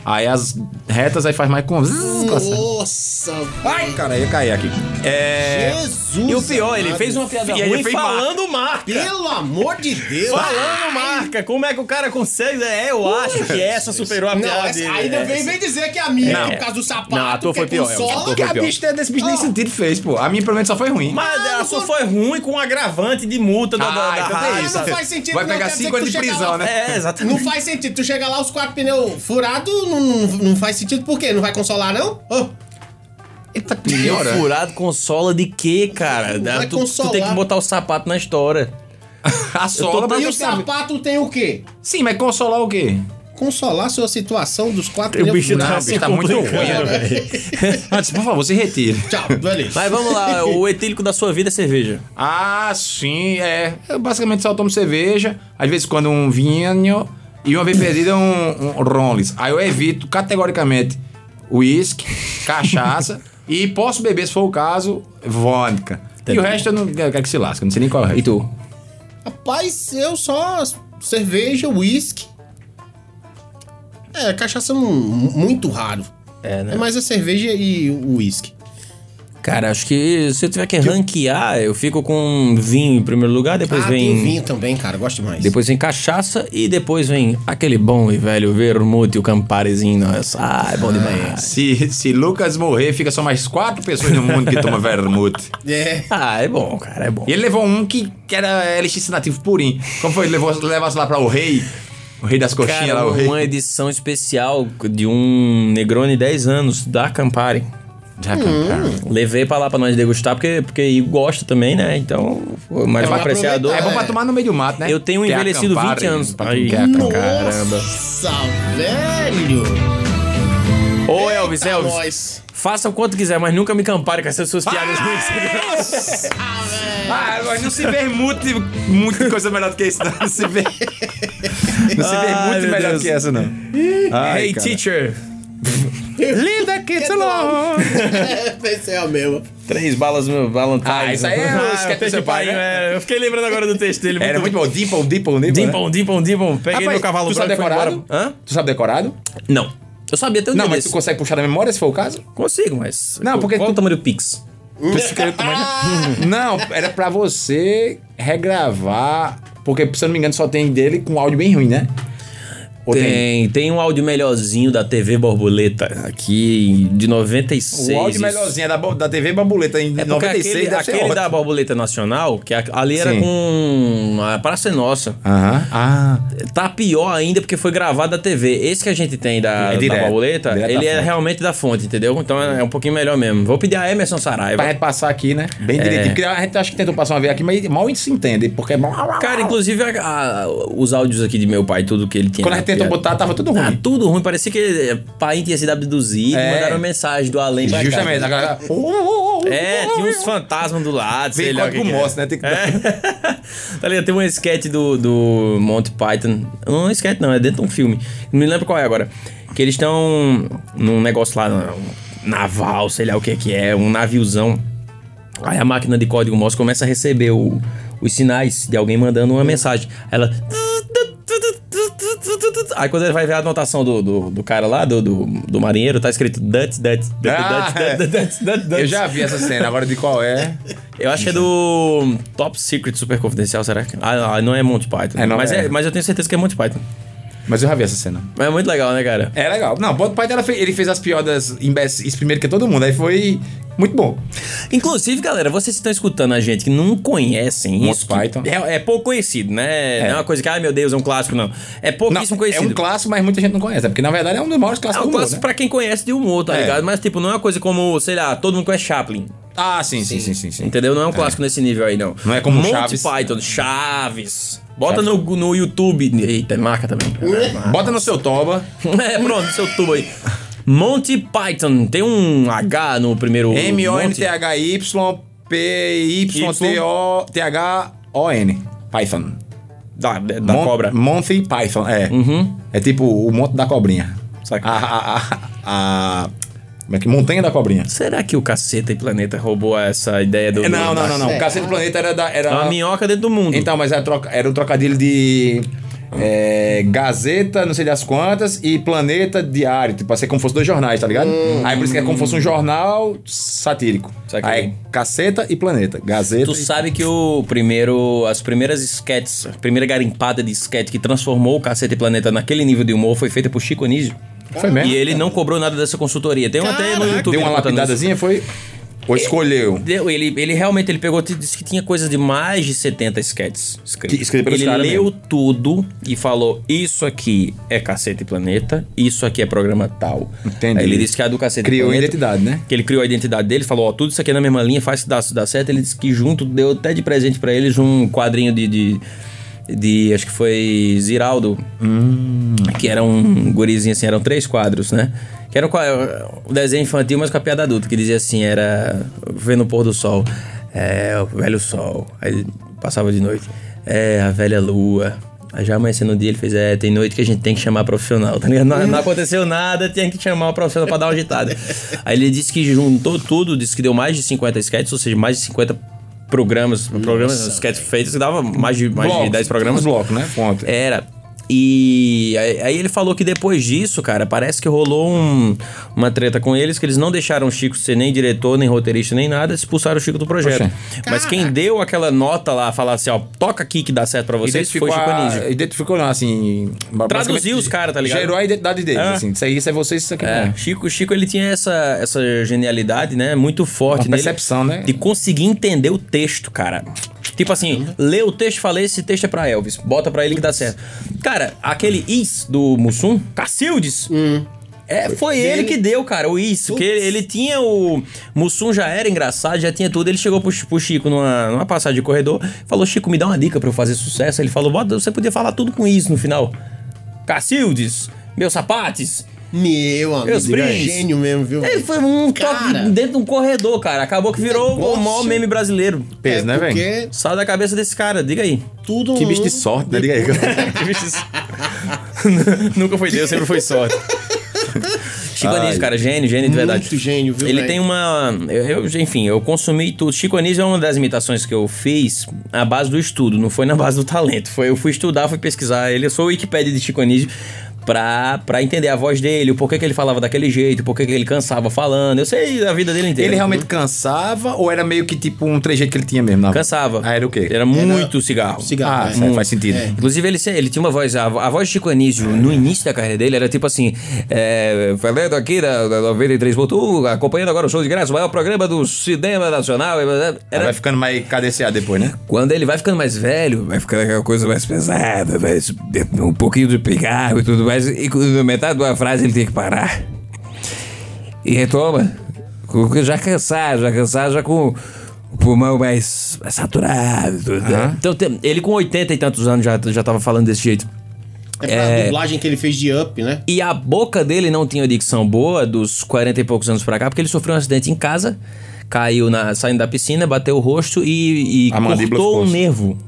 Aí as retas aí faz mais com... Nossa.
Nossa!
Ai, cara, eu caí aqui. É...
Jesus!
E o pior, ele
amado.
fez uma piada
E ele
ruim
fez
falando marca.
Pelo amor de Deus!
Falando marca. Como é que o cara consegue? É, eu acho que essa superou a
Não,
piada
essa-
dele.
ainda
É.
vem, vem dizer que a minha,
Não.
por causa do sapato,
Não, a tua
que
foi
é
pior,
com
é,
sola.
a tua
Que a
pior.
bicha desse bicho nem sentido fez, pô. A minha, pelo menos, só foi ruim.
Mas é,
Ah,
ela
não
só
foi-
foi ruim com um agravante de multa da, da,
Ah,
da
então tem
Ah,
rádio.
isso.
não faz sentido,
Vai
não,
pegar
quer dizer
cinco
que
anos
tu
de
chega
prisão,
lá-
né?
É,
Não
exatamente.
faz sentido. Tu chega lá, os quatro pneus furados, não, não, não faz sentido. Por quê? Não vai consolar, não? Ô,
Ele tá piora.
Furado consola de quê, cara?
Vai
Tu- tu,
consolar.
tem que botar o sapato na história.
A sola,
e
mas
o
eu quero-
sapato tem o quê?
Sim, mas consolar o quê?
Consolar sua situação dos quatro
O
pneus
bicho tá,
furados. é
se
tá muito ruim,
complicando,
né?
velho.
Antes, por favor, se retire.
Tchau, valeu.
Mas vamos lá, o etílico da sua vida é cerveja.
Ah, sim, é. Eu basicamente só tomo cerveja, às vezes quando um vinho e uma vez perdida um, um Ronlis. Aí eu evito categoricamente uísque, cachaça e posso beber, se for o caso, vodka. E o resto eu não eu quero que se lasque, eu não sei nem qual é o resto. E tu?
Rapaz, eu só cerveja, uísque. É, cachaça é um- muito raro.
É, né?
É mais a cerveja e o uísque.
Cara, acho que se eu tiver que ranquear, eu fico com vinho em primeiro lugar, depois
ah,
vem.
tem vinho também, cara. Gosto demais.
Depois vem cachaça e depois vem aquele bom e velho vermute, o camparezinho. Nossa, ah, é bom demais.
Se, se Lucas morrer, fica só mais quatro pessoas no mundo que tomam vermute.
É.
Ah, é bom, cara, é bom.
E ele levou um que, que era LX nativo purinho. Como foi? Ele levou, levasse lá pra o rei. O rei das coxinhas
Cara,
lá, o rei.
uma edição especial de um Negroni 10 anos da Campari.
Já cantaram.
Levei pra lá pra nós degustar, porque, porque Igor gosta também, né? Então, foi mais um
pra
apreciador.
aproveitar,
É bom pra
É.
tomar no meio do mato, né?
Eu tenho
Tem a
envelhecido
Campari,
20 anos.
pra
Aí.
quem quer a Campari.
Caramba.
Nossa, velho!
É Ô, Elvis,
Tá
Eita,
Elvis,
nós.
faça o quanto quiser, mas nunca me Campari com essas suas piadas.
Ah, mas não se vermute muita coisa melhor do que isso, não. Não se ver. Não se
Ai,
vermute
meu
melhor
Deus.
do que essa, não. Ai,
hey,
cara.
teacher.
Linda kids alone.
Pensei a mesma.
Três balas meu Valentine.
Ah, isso aí é o esquete do seu pai, né?
É, Eu fiquei lembrando agora do texto dele.
Era muito bom. Dimple, dimple, dimple. né?
Dimpom, dimpom, dimpom. Peguei
Rapaz,
meu cavalo
tu sabe
branco e fui
decorado?
embora. Hã?
Tu sabe decorado?
Não. Eu sabia até o
Não,
nome
mas
desse.
tu consegue puxar da memória, se for o caso?
Consigo, mas...
Não,
Qu-
porque
Qual
tu-
o tamanho do Pix?
Tu escreveu também, né? Não, era pra você regravar. Porque, se eu não me engano, só tem dele com áudio bem ruim, né? Ou
Tem, tem um áudio melhorzinho da TV Borboleta aqui de 96.
O áudio
isso.
melhorzinha da, bo- da TV Bambuleta em
É porque
96
aquele,
deve ser
aquele
ótimo.
da Borboleta Nacional, que a- ali era
Sim.
com a Praça é Nossa,
Aham. Ah.
tá pior ainda porque foi gravado da TV. Esse que a gente tem da,
É direto,
da Borboleta,
direto
ele
da
é
fonte.
realmente da fonte, entendeu? Então é, é um pouquinho melhor mesmo. Vou pedir a Emerson Saraiva.
É Pra gente passar aqui, né? Bem direitinho. Porque a gente acha que tentou passar uma vez aqui, mas mal a gente se entende. Porque é mal.
Cara, inclusive a- a- os áudios aqui de meu pai, tudo que ele tinha.
Quando a
na
gente tentou
piada.
botar, tava tudo
Ah,
ruim.
tudo ruim, parecia que eh, pai tinha sido abduzido,
É.
mandaram mensagem do além pra cá.
Tá Justamente. A galera.
É, tinha uns fantasmas do lado,
Vem
sei lá. o
código
que que é.
Morse, né? Tem que
É. tá ligado? Tem um sketch do, do Monty Python. Não, um sketch não, é dentro de um filme. Não me lembro qual é agora. Que eles estão num negócio lá, um naval, sei lá o que que é, um naviozão. Aí a máquina de código Morse começa a receber o- os sinais de alguém mandando uma mensagem. Ela. Aí quando ele vai ver a anotação do, do, do cara lá, do, do, do marinheiro, tá escrito Duts, Duts, Duts,
Ah,
Duts, Duts, Duts, Duts, Duts.
Eu já vi essa cena, agora de qual é.
Eu acho que é do Top Secret Super Confidencial, será que? Ah, não, não é Monty Python.
É, não
mas,
é.
é- mas eu tenho certeza que é Monty Python.
Mas eu já vi essa cena.
Mas é muito legal, né, cara?
É legal. Não, o pai dela fez, ele fez as piadas imbecis primeiro que todo mundo. Aí foi muito bom.
Inclusive, galera, vocês que estão escutando a gente que não conhecem
Monty
isso. que
Python.
É, é pouco conhecido, né? Não é uma coisa que, ai meu Deus, é um clássico, não. É pouquíssimo
Não, é
conhecido.
um clássico, mas muita gente não conhece. né? Porque na verdade é um dos maiores
É
clássicos
um
do mundo.
clássico pra quem conhece de humor, tá
É.
ligado? Mas, tipo, não é uma coisa como, sei lá, todo mundo conhece Chaplin.
né? Ah, sim, sim, sim, sim. sim.
Entendeu? Não é um clássico nesse nível aí, não.
Não é como
Monty
Chaves.
Python, Chaves. Bota no, no YouTube. Eita, é marca também.
Bota no seu toba.
é, pronto, seu tubo aí. Monty Python. Tem um H no primeiro. Monty.
M-O-N-T-H-Y-P-Y-T-O-T-H-O-N. Python.
Da, da da
Mon-
cobra. Uhum.
Monty Python, é. É tipo o monte da cobrinha. Saca? A, a, a- a- Como é que? Montanha da cobrinha.
Será que o Caceta e Planeta roubou essa ideia do.
Não, não, não, não.
É.
O Cacete do Planeta era da.
É
Era...
uma minhoca dentro do mundo.
Então, mas era, troca- era um trocadilho de. é, Gazeta, não sei das quantas, e Planeta Diário. Tipo, assim, como fosse dois jornais, tá ligado? Aí por isso que é como fosse um jornal satírico.
Hum. Saquei.
Aí Caceta e Planeta. Gazeta.
Tu
e-
sabe que o primeiro, as primeiras sketches, a primeira garimpada de sketch que transformou o Cacete e Planeta naquele nível de humor foi feita por Chico Anísio.
Foi mesmo?
E ele não cobrou nada dessa consultoria. Tem um até no
Caraca.
YouTube.
Deu uma
ele contando isso.
lapidadazinha, foi. Ou escolheu.
Deu, ele, ele realmente ele pegou, t- disse que tinha coisa de mais de 70 sketches escritos.
Que- escrito pelos
ele
caras
leu tudo e falou: Isso aqui é Cacete e Planeta, isso aqui é programa tal.
Entendi.
Aí ele disse que é a do Cacete e
Criou a
Planeta-
identidade, né?
Que ele criou a identidade dele, falou: Ó, tudo isso aqui é na mesma linha, faz que dá, dá certo. Ele disse que junto deu até de presente pra eles um quadrinho de. de de- acho que foi Ziraldo, que era um gurizinho assim, eram três quadros, né? Que era um, qua- um desenho infantil, mas com a piada adulta, que dizia assim, era vendo o pôr do sol, é, o velho sol, aí passava de noite, é, a velha lua, aí já amanhecendo o dia ele fez, é, tem noite que a gente tem que chamar profissional, tá ligado? Não, não aconteceu nada, tinha que chamar o profissional pra dar uma agitada. aí ele disse que juntou tudo, disse que deu mais de 50 sketches, ou seja, mais de 50 programas, programas, sketches feitos, que dava mais de, mais de
Blocos.
10 programas.
Uns blocos, né? Ponto.
Era. E aí aí ele falou que depois disso, cara, parece que rolou um- uma treta com eles, que eles não deixaram o Chico ser nem diretor, nem roteirista, nem nada, expulsaram o Chico do projeto. Mas quem deu aquela nota lá, falar assim, ó, toca aqui que dá certo pra vocês, foi
Identificou,
o Chico
a-
Anísio.
identificou não, assim... basicamente,
os cara, tá ligado?
Gerou a identidade deles,
É.
assim. Isso aí, isso é vocês, isso aqui.
É,
não.
Chico, Chico ele tinha essa, essa genialidade, né? Muito forte
Uma
nele
percepção, né?
De conseguir entender o texto, cara. Tipo assim, lê o texto e fala, esse texto é pra Elvis. Bota pra ele que dá certo. Cara, aquele is do Mussum, Cacildes...
Hum.
É, foi ele que deu, cara, o isso. Porque ele, ele tinha o. Mussum já era engraçado, já tinha tudo. Ele chegou pro, Chi- pro Chico numa, numa passagem de corredor, falou: Chico, me dá uma dica pra eu fazer sucesso. Ele falou: Bota, você podia falar tudo com isso no final. Cacildes, meus sapates,
Meu amigo,
Meus
ele é
brins.
gênio mesmo, viu? É,
ele foi um
Cara.
toque dentro de um corredor, cara. Acabou que virou o
negócio.
maior meme brasileiro.
Peso, né, velho?
Porque
Sai da cabeça desse cara, diga aí.
tudo
Que bicho de sorte, né? Diga aí.
Nunca foi Deus, sempre foi sorte. Chico Anísio, cara, gênio, gênio de
Muito
é verdade.
gênio, viu,
Ele
velho?
tem um- uma. Eu, eu- enfim, eu consumi tudo. Chico Anísio é uma das imitações que eu fiz à base do estudo, não foi na base do talento. Foi, eu fui estudar, fui pesquisar ele. Eu sou o Wikipedia de Chico Anísio pra, pra entender a voz dele, o porquê que ele falava daquele jeito, o porquê que ele cansava falando. Eu sei a vida dele inteira.
Ele realmente cansava ou era meio que tipo um trejeito que ele tinha mesmo? na-
Cansava.
Ah, era o quê?
Era muito cigarro.
Cigarro,
Ah,
é. É.
certo, faz sentido.
Inclusive, ele, se- ele tinha uma voz. A, a voz de Chico Anísio no início da carreira dele era tipo assim: é, falando aqui da, da 93.1, acompanhando agora o show de graça, o maior programa do cinema nacional.
Aí
Era,
Vai ficando mais cadenciado depois, né?
quando ele vai ficando mais velho, vai ficando aquela coisa mais pesada, mais, um pouquinho de pigarro e tudo mais. E na metade de uma frase ele tem que parar. E retoma. com- com- Já cansado, já cansado, já com o pulmão mais, mais saturado. e tudo, né? Então, tem- ele com 80 e tantos anos já, já tava falando desse jeito.
É pra dublagem que ele fez de Up, né?
E a boca dele não tinha dicção boa dos 40 e poucos anos pra cá, porque ele sofreu um acidente em casa. caiu na, saindo da piscina, bateu o rosto e, e
A mandíbula
cortou
ficou-
um
assim.
nervo.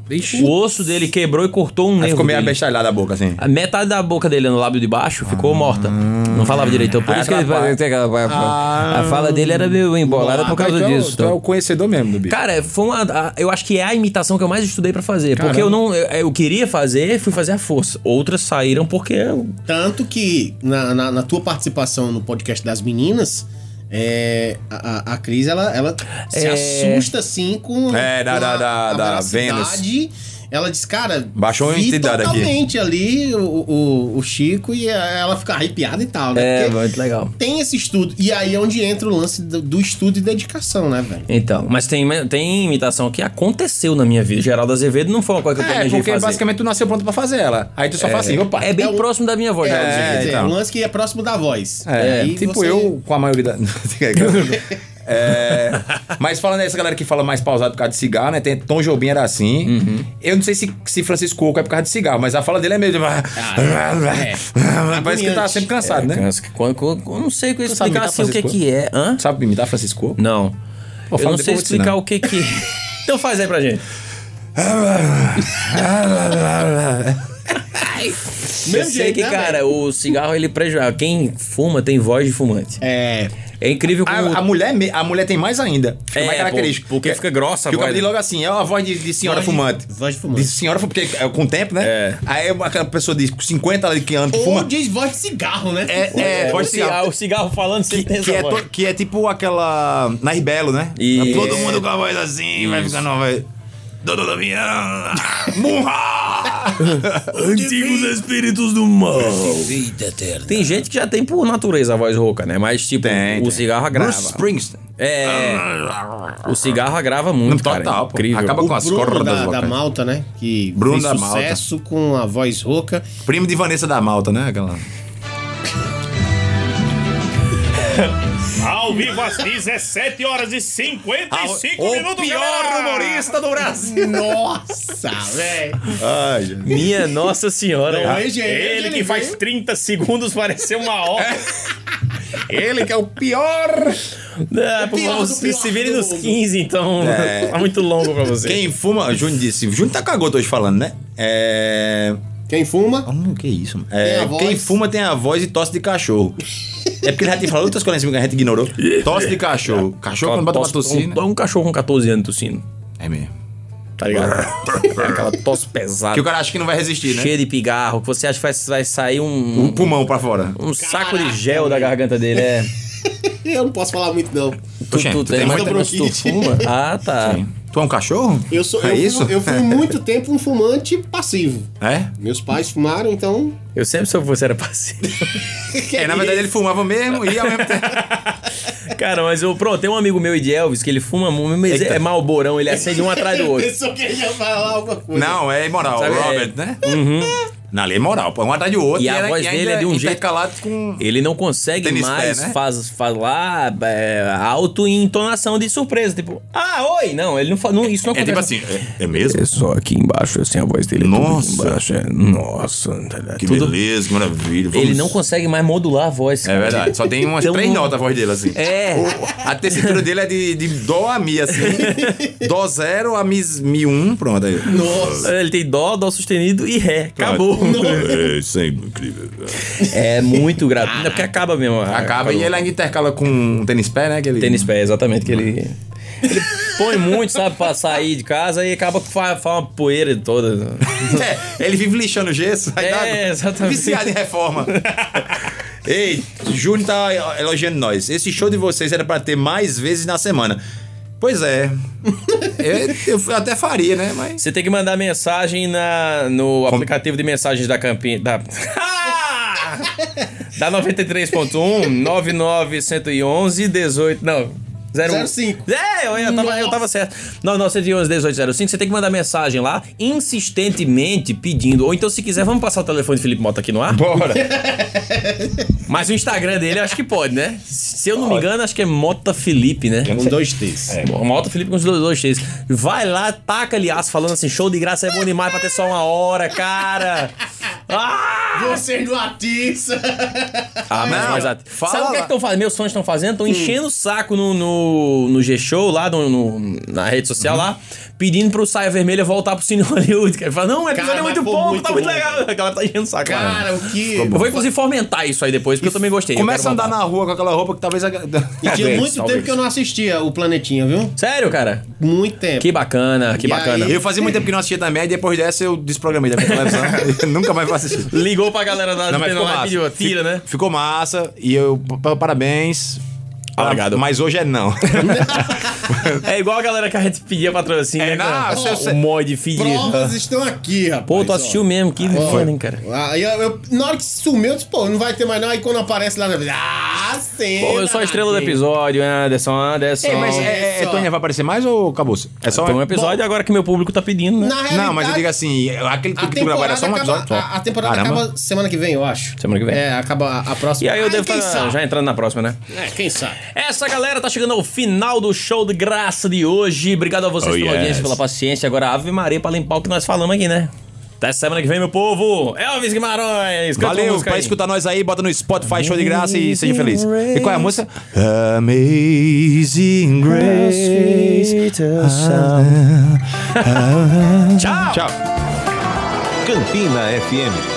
O osso dele quebrou e cortou um nervo.
ficou meio
dele.
abestalhada a boca, assim.
A metade da boca dele no lábio de baixo ficou morta. Não falava direito. Por
Ah. Aí
isso que ele,
atrapalha.
tem aquela- a fala dele era meio embolada por causa
Ah. Então,
disso.
Tu é o conhecedor mesmo do bicho.
Cara, foi uma, a- eu acho que é a imitação que eu mais estudei pra fazer. Porque
Caramba.
eu não. Eu, eu queria fazer, fui fazer à força. Outras saíram porque. eu-
Tanto que na, na- na tua participação no podcast das meninas, é, a, a- a Cris ela, ela se
É.
assusta assim com,
É, da-
com
da- da- da
veracidade. Ela diz, cara,
Baixou a
vi
entidade aqui.
totalmente ali o, o, o Chico e a- ela fica arrepiada e tal, né?
É,
Porque
muito legal.
tem esse estudo. E aí é onde entra o lance do, do estudo e dedicação, né, velho?
Então, mas tem, tem imitação que aconteceu na minha vida. Geraldo Azevedo não foi uma coisa que eu
É,
planejei
porque
fazer.
basicamente tu nasceu pronto pra fazer ela. Aí tu só faz assim, opa.
É bem
É um-
próximo da minha voz,
É,
Geraldo
quer
Azevedo.
dizer,
então.
um lance que é próximo da voz.
É,
E aí
tipo
você-
eu com a maioria da. É, mas falando dessa galera que fala mais pausado por causa de cigarro, né? Tem Tom Jobim era assim.
Uhum.
Eu não sei se, se Francisco Oco é por causa de cigarro, mas a fala dele é meio. de-
Ah, é.
Parece que ele tá sempre cansado, né?
Mas que- quando- quando- eu não sei
Tu sabe
explicar
imitar
assim o que,
Francisco?
que é. Hã?
Sabe imitar Francisco Oco?
Não.
Pô,
eu
fala
não
depois,
sei
eu vou te
explicar
ensinar.
o que que. então faz aí pra gente. eu
Mesmo
sei
jeito,
que,
né,
cara, o cigarro ele prejudica. Quem fuma tem voz de fumante.
É.
É incrível como.
A, a mulher, me- a mulher tem mais ainda. Fica
É,
mais característico.
pô, porque fica grossa a
Porque o
voz,
cara diz
né?
logo assim, é uma voz de, de senhora
Voz de-
fumante.
voz de fumante.
De senhora fumante, porque é, com o tempo, né?
É.
Aí a pessoa diz, com 50 ali que anda, que
Ou
fuma.
diz voz de cigarro, né?
É, é,
o,
voz de
cigarro,
cigarro.
o cigarro falando sem
Que, que é
voz.
to- que é tipo aquela. Nair Belo, né?
Isso.
Todo mundo com a voz assim, vai ficando uma voz. Dona Damiana! Murra!
Antigos espíritos do mal. Tem gente que já tem por natureza a voz rouca, né? Mas, tipo,
Tem,
o
tem.
cigarro agrava.
Bruce Springsteen.
É. O cigarro agrava muito, cara.
Total, pô.
Incrível.
Acaba
O
com as
Bruno
cordas
da, da
vocais.
Malta, né? Que
Bruno da
fez
Malta.
sucesso com a voz rouca.
Primo de Vanessa da Malta, né? Aquela.
Ao vivo às 17 horas e 55 minutos. galera!
do Brasil!
Nossa, velho.
Ai, gente.
Minha Nossa Senhora.
Não,
cara.
hein, gente?
Ele que faz 30 segundos parecer uma hora.
Ele que é o pior.
Ah, pô,
pior do
se,
pior
se vire
do
nos
mundo.
15, então.
É.
Tá muito longo pra você.
Quem fuma, Júnior disse. Júnior tá cagoto hoje falando, né? É.
Quem fuma?
Hum, que isso, mano.
Tem
É,
a voz.
quem fuma tem a voz e tosse de cachorro. é porque ele já te falou outras coisas que a gente ignorou. Tosse de cachorro. Cachorro quando bota pra
Tosse-
tossir, né?
um, um cachorro com 14 anos tossindo.
É mesmo.
Tá ligado? É aquela tosse pesada.
Que o cara acha que não vai resistir, né?
Cheia de pigarro, que você acha que vai, vai sair um,
Um pulmão pra fora.
um saco de gel da garganta dele. É.
Eu não posso falar muito, não.
Tu,
Oxente,
tu,
tu tem
mas-
muita
mas tu
bronquite.
fuma? Ah, tá.
Tu é um cachorro?
Eu sou.
É
eu,
isso?
Fui, eu fui muito tempo um fumante passivo.
É?
Meus pais fumaram, então.
Eu sempre soube que você era parceiro.
que
É, na verdade ele
isso?
fumava mesmo e ao mesmo tempo.
Cara, mas eu, pronto, tem um amigo meu e de Elvis que ele fuma muito, mas é malborão, ele acende um atrás do outro.
Pensou que ele ia falar alguma coisa.
Não, é imoral.
Sabe, é-
Robert, né? Uhum. Na lei é moral, pô. Um atrás do outro.
E a
era-
voz dele
ainda
é de um jeito-
intercalado com.
Ele não consegue
Tênis
mais
pé, né?
faz, falar é, alto em entonação de surpresa. Tipo, ah, oi! Não, ele não fala. Não, isso não
É tipo
acontece.
assim, é, é mesmo?
só aqui embaixo, assim, a voz dele
é tudo aqui embaixo,
É, nossa,
Que beleza, que maravilha.
Ele
vamos-
não consegue mais modular a voz.
É
cara.
verdade, só tem umas
Então,
três notas a voz dele, assim.
É.
O- a tessitura dele é de, de dó a mi, assim. dó zero a mi, mi um, pronto aí.
Nossa.
Ele tem dó, dó sustenido e ré. Acabou.
É, isso é incrível.
É muito gratuito. Não, porque acaba mesmo.
É, Acaba e ele ainda intercala com um tênis pé, né? Que ele...
Tênis pé, exatamente, que ele. ele põe muito, sabe, pra sair de casa e acaba com fa- fa- uma poeira toda.
É, ele vive lixando gesso. Aí
É,
dá-
exatamente.
Viciado em reforma. Ei, Júnior tá elogiando nós. Esse show de vocês era pra ter mais vezes na semana. Pois é. eu, eu até faria, né? Mas...
Você tem que mandar mensagem na, no aplicativo de mensagens da Campinha. Da, da 93.1 99111 18. Não. 01.
05.
É, eu, eu, tava, eu tava certo. 9911 1805. Você tem que mandar mensagem lá, insistentemente pedindo. Ou então, se quiser, vamos passar o telefone do Felipe Mota aqui no ar?
Bora.
Mas o Instagram dele, eu acho que pode, né? Se eu não me engano, acho que é Mota Felipe, né?
Com dois T's.
Malta Felipe com os dois, dois T's. Vai lá, taca aliás, falando assim, show de graça é bom demais pra ter só uma hora, cara. Ah!
Você não atiça.
Ah, mas,
não,
mas a-
fala
Sabe o que é que
lá.
estão fazendo? Meus fãs estão fazendo? Estão enchendo o saco no, no no, no G-Show, lá no, no- na rede social lá, pedindo pro Saia Vermelha voltar pro Cine Hollywood. Ele fala, não, o episódio
Cara,
é muito
mas foi
bom,
muito
tá muito
bom.
legal. A galera tá enchendo o saco. lá, né?
Cara, o que.
eu vou inclusive fomentar isso aí depois, porque eu também gostei. eu
Começa a
quero
andar
voltar.
na rua com aquela roupa que talvez.
E tinha muito tempo que eu não assistia o Planetinha, viu?
Sério, cara?
Muito tempo.
Que bacana, que
E
bacana.
aí?
Eu fazia muito tempo que não assistia também, e depois dessa eu desprogramei da minha televisão. e nunca mais vou assistir.
Ligou pra galera da
Não, mas
Antena
ficou
lá e
massa.
pediu, tira, né?
Ficou massa e eu. pa- pa- Parabéns.
Obrigado.
Mas hoje é não.
É igual a galera que a gente pedia patrocínio,
É,
né? cara?
não, se eu sei-
O mod de feed. Ah.
Provas estão aqui, rapaz.
Pô, tu
ó.
assistiu mesmo, que foda, hein, cara.
Aí Ah, eu, eu- na hora que sumiu, eu disse, pô, não vai ter mais não. Aí quando aparece lá, eu disse, ah, sim.
Pô, eu sou a estrela do episódio, Anderson, Anderson.
Ei, mas é, é,
Isso.
Tônia vai aparecer mais ou acabou? É só
Foi um episódio agora que meu público tá pedindo, né?
Na realidade,
Não, mas eu digo assim, aquele
a
que tu gravou
temporada,
era só um
acaba,
episódio. só.
a, a temporada
Caramba.
acaba semana que vem, eu acho.
Semana que vem.
É, acaba a, a próxima.
E aí eu
Ai,
devo
quem
estar
sabe?
já entrando na próxima, né?
É, quem sabe?
Essa galera tá chegando ao final do show de graça de hoje. Obrigado a vocês
Oh,
pela
yes.
audiência, pela paciência. Agora Ave Maria pra limpar o que nós falamos aqui, né? Até semana que vem, meu povo. Elvis Guimarães. canta uma
Valeu,
música
pra
aí.
escutar nós aí, bota no Spotify, show de graça e seja feliz. E qual é a música? Amazing Grace.
Tchau.
Tchau.
Campina FM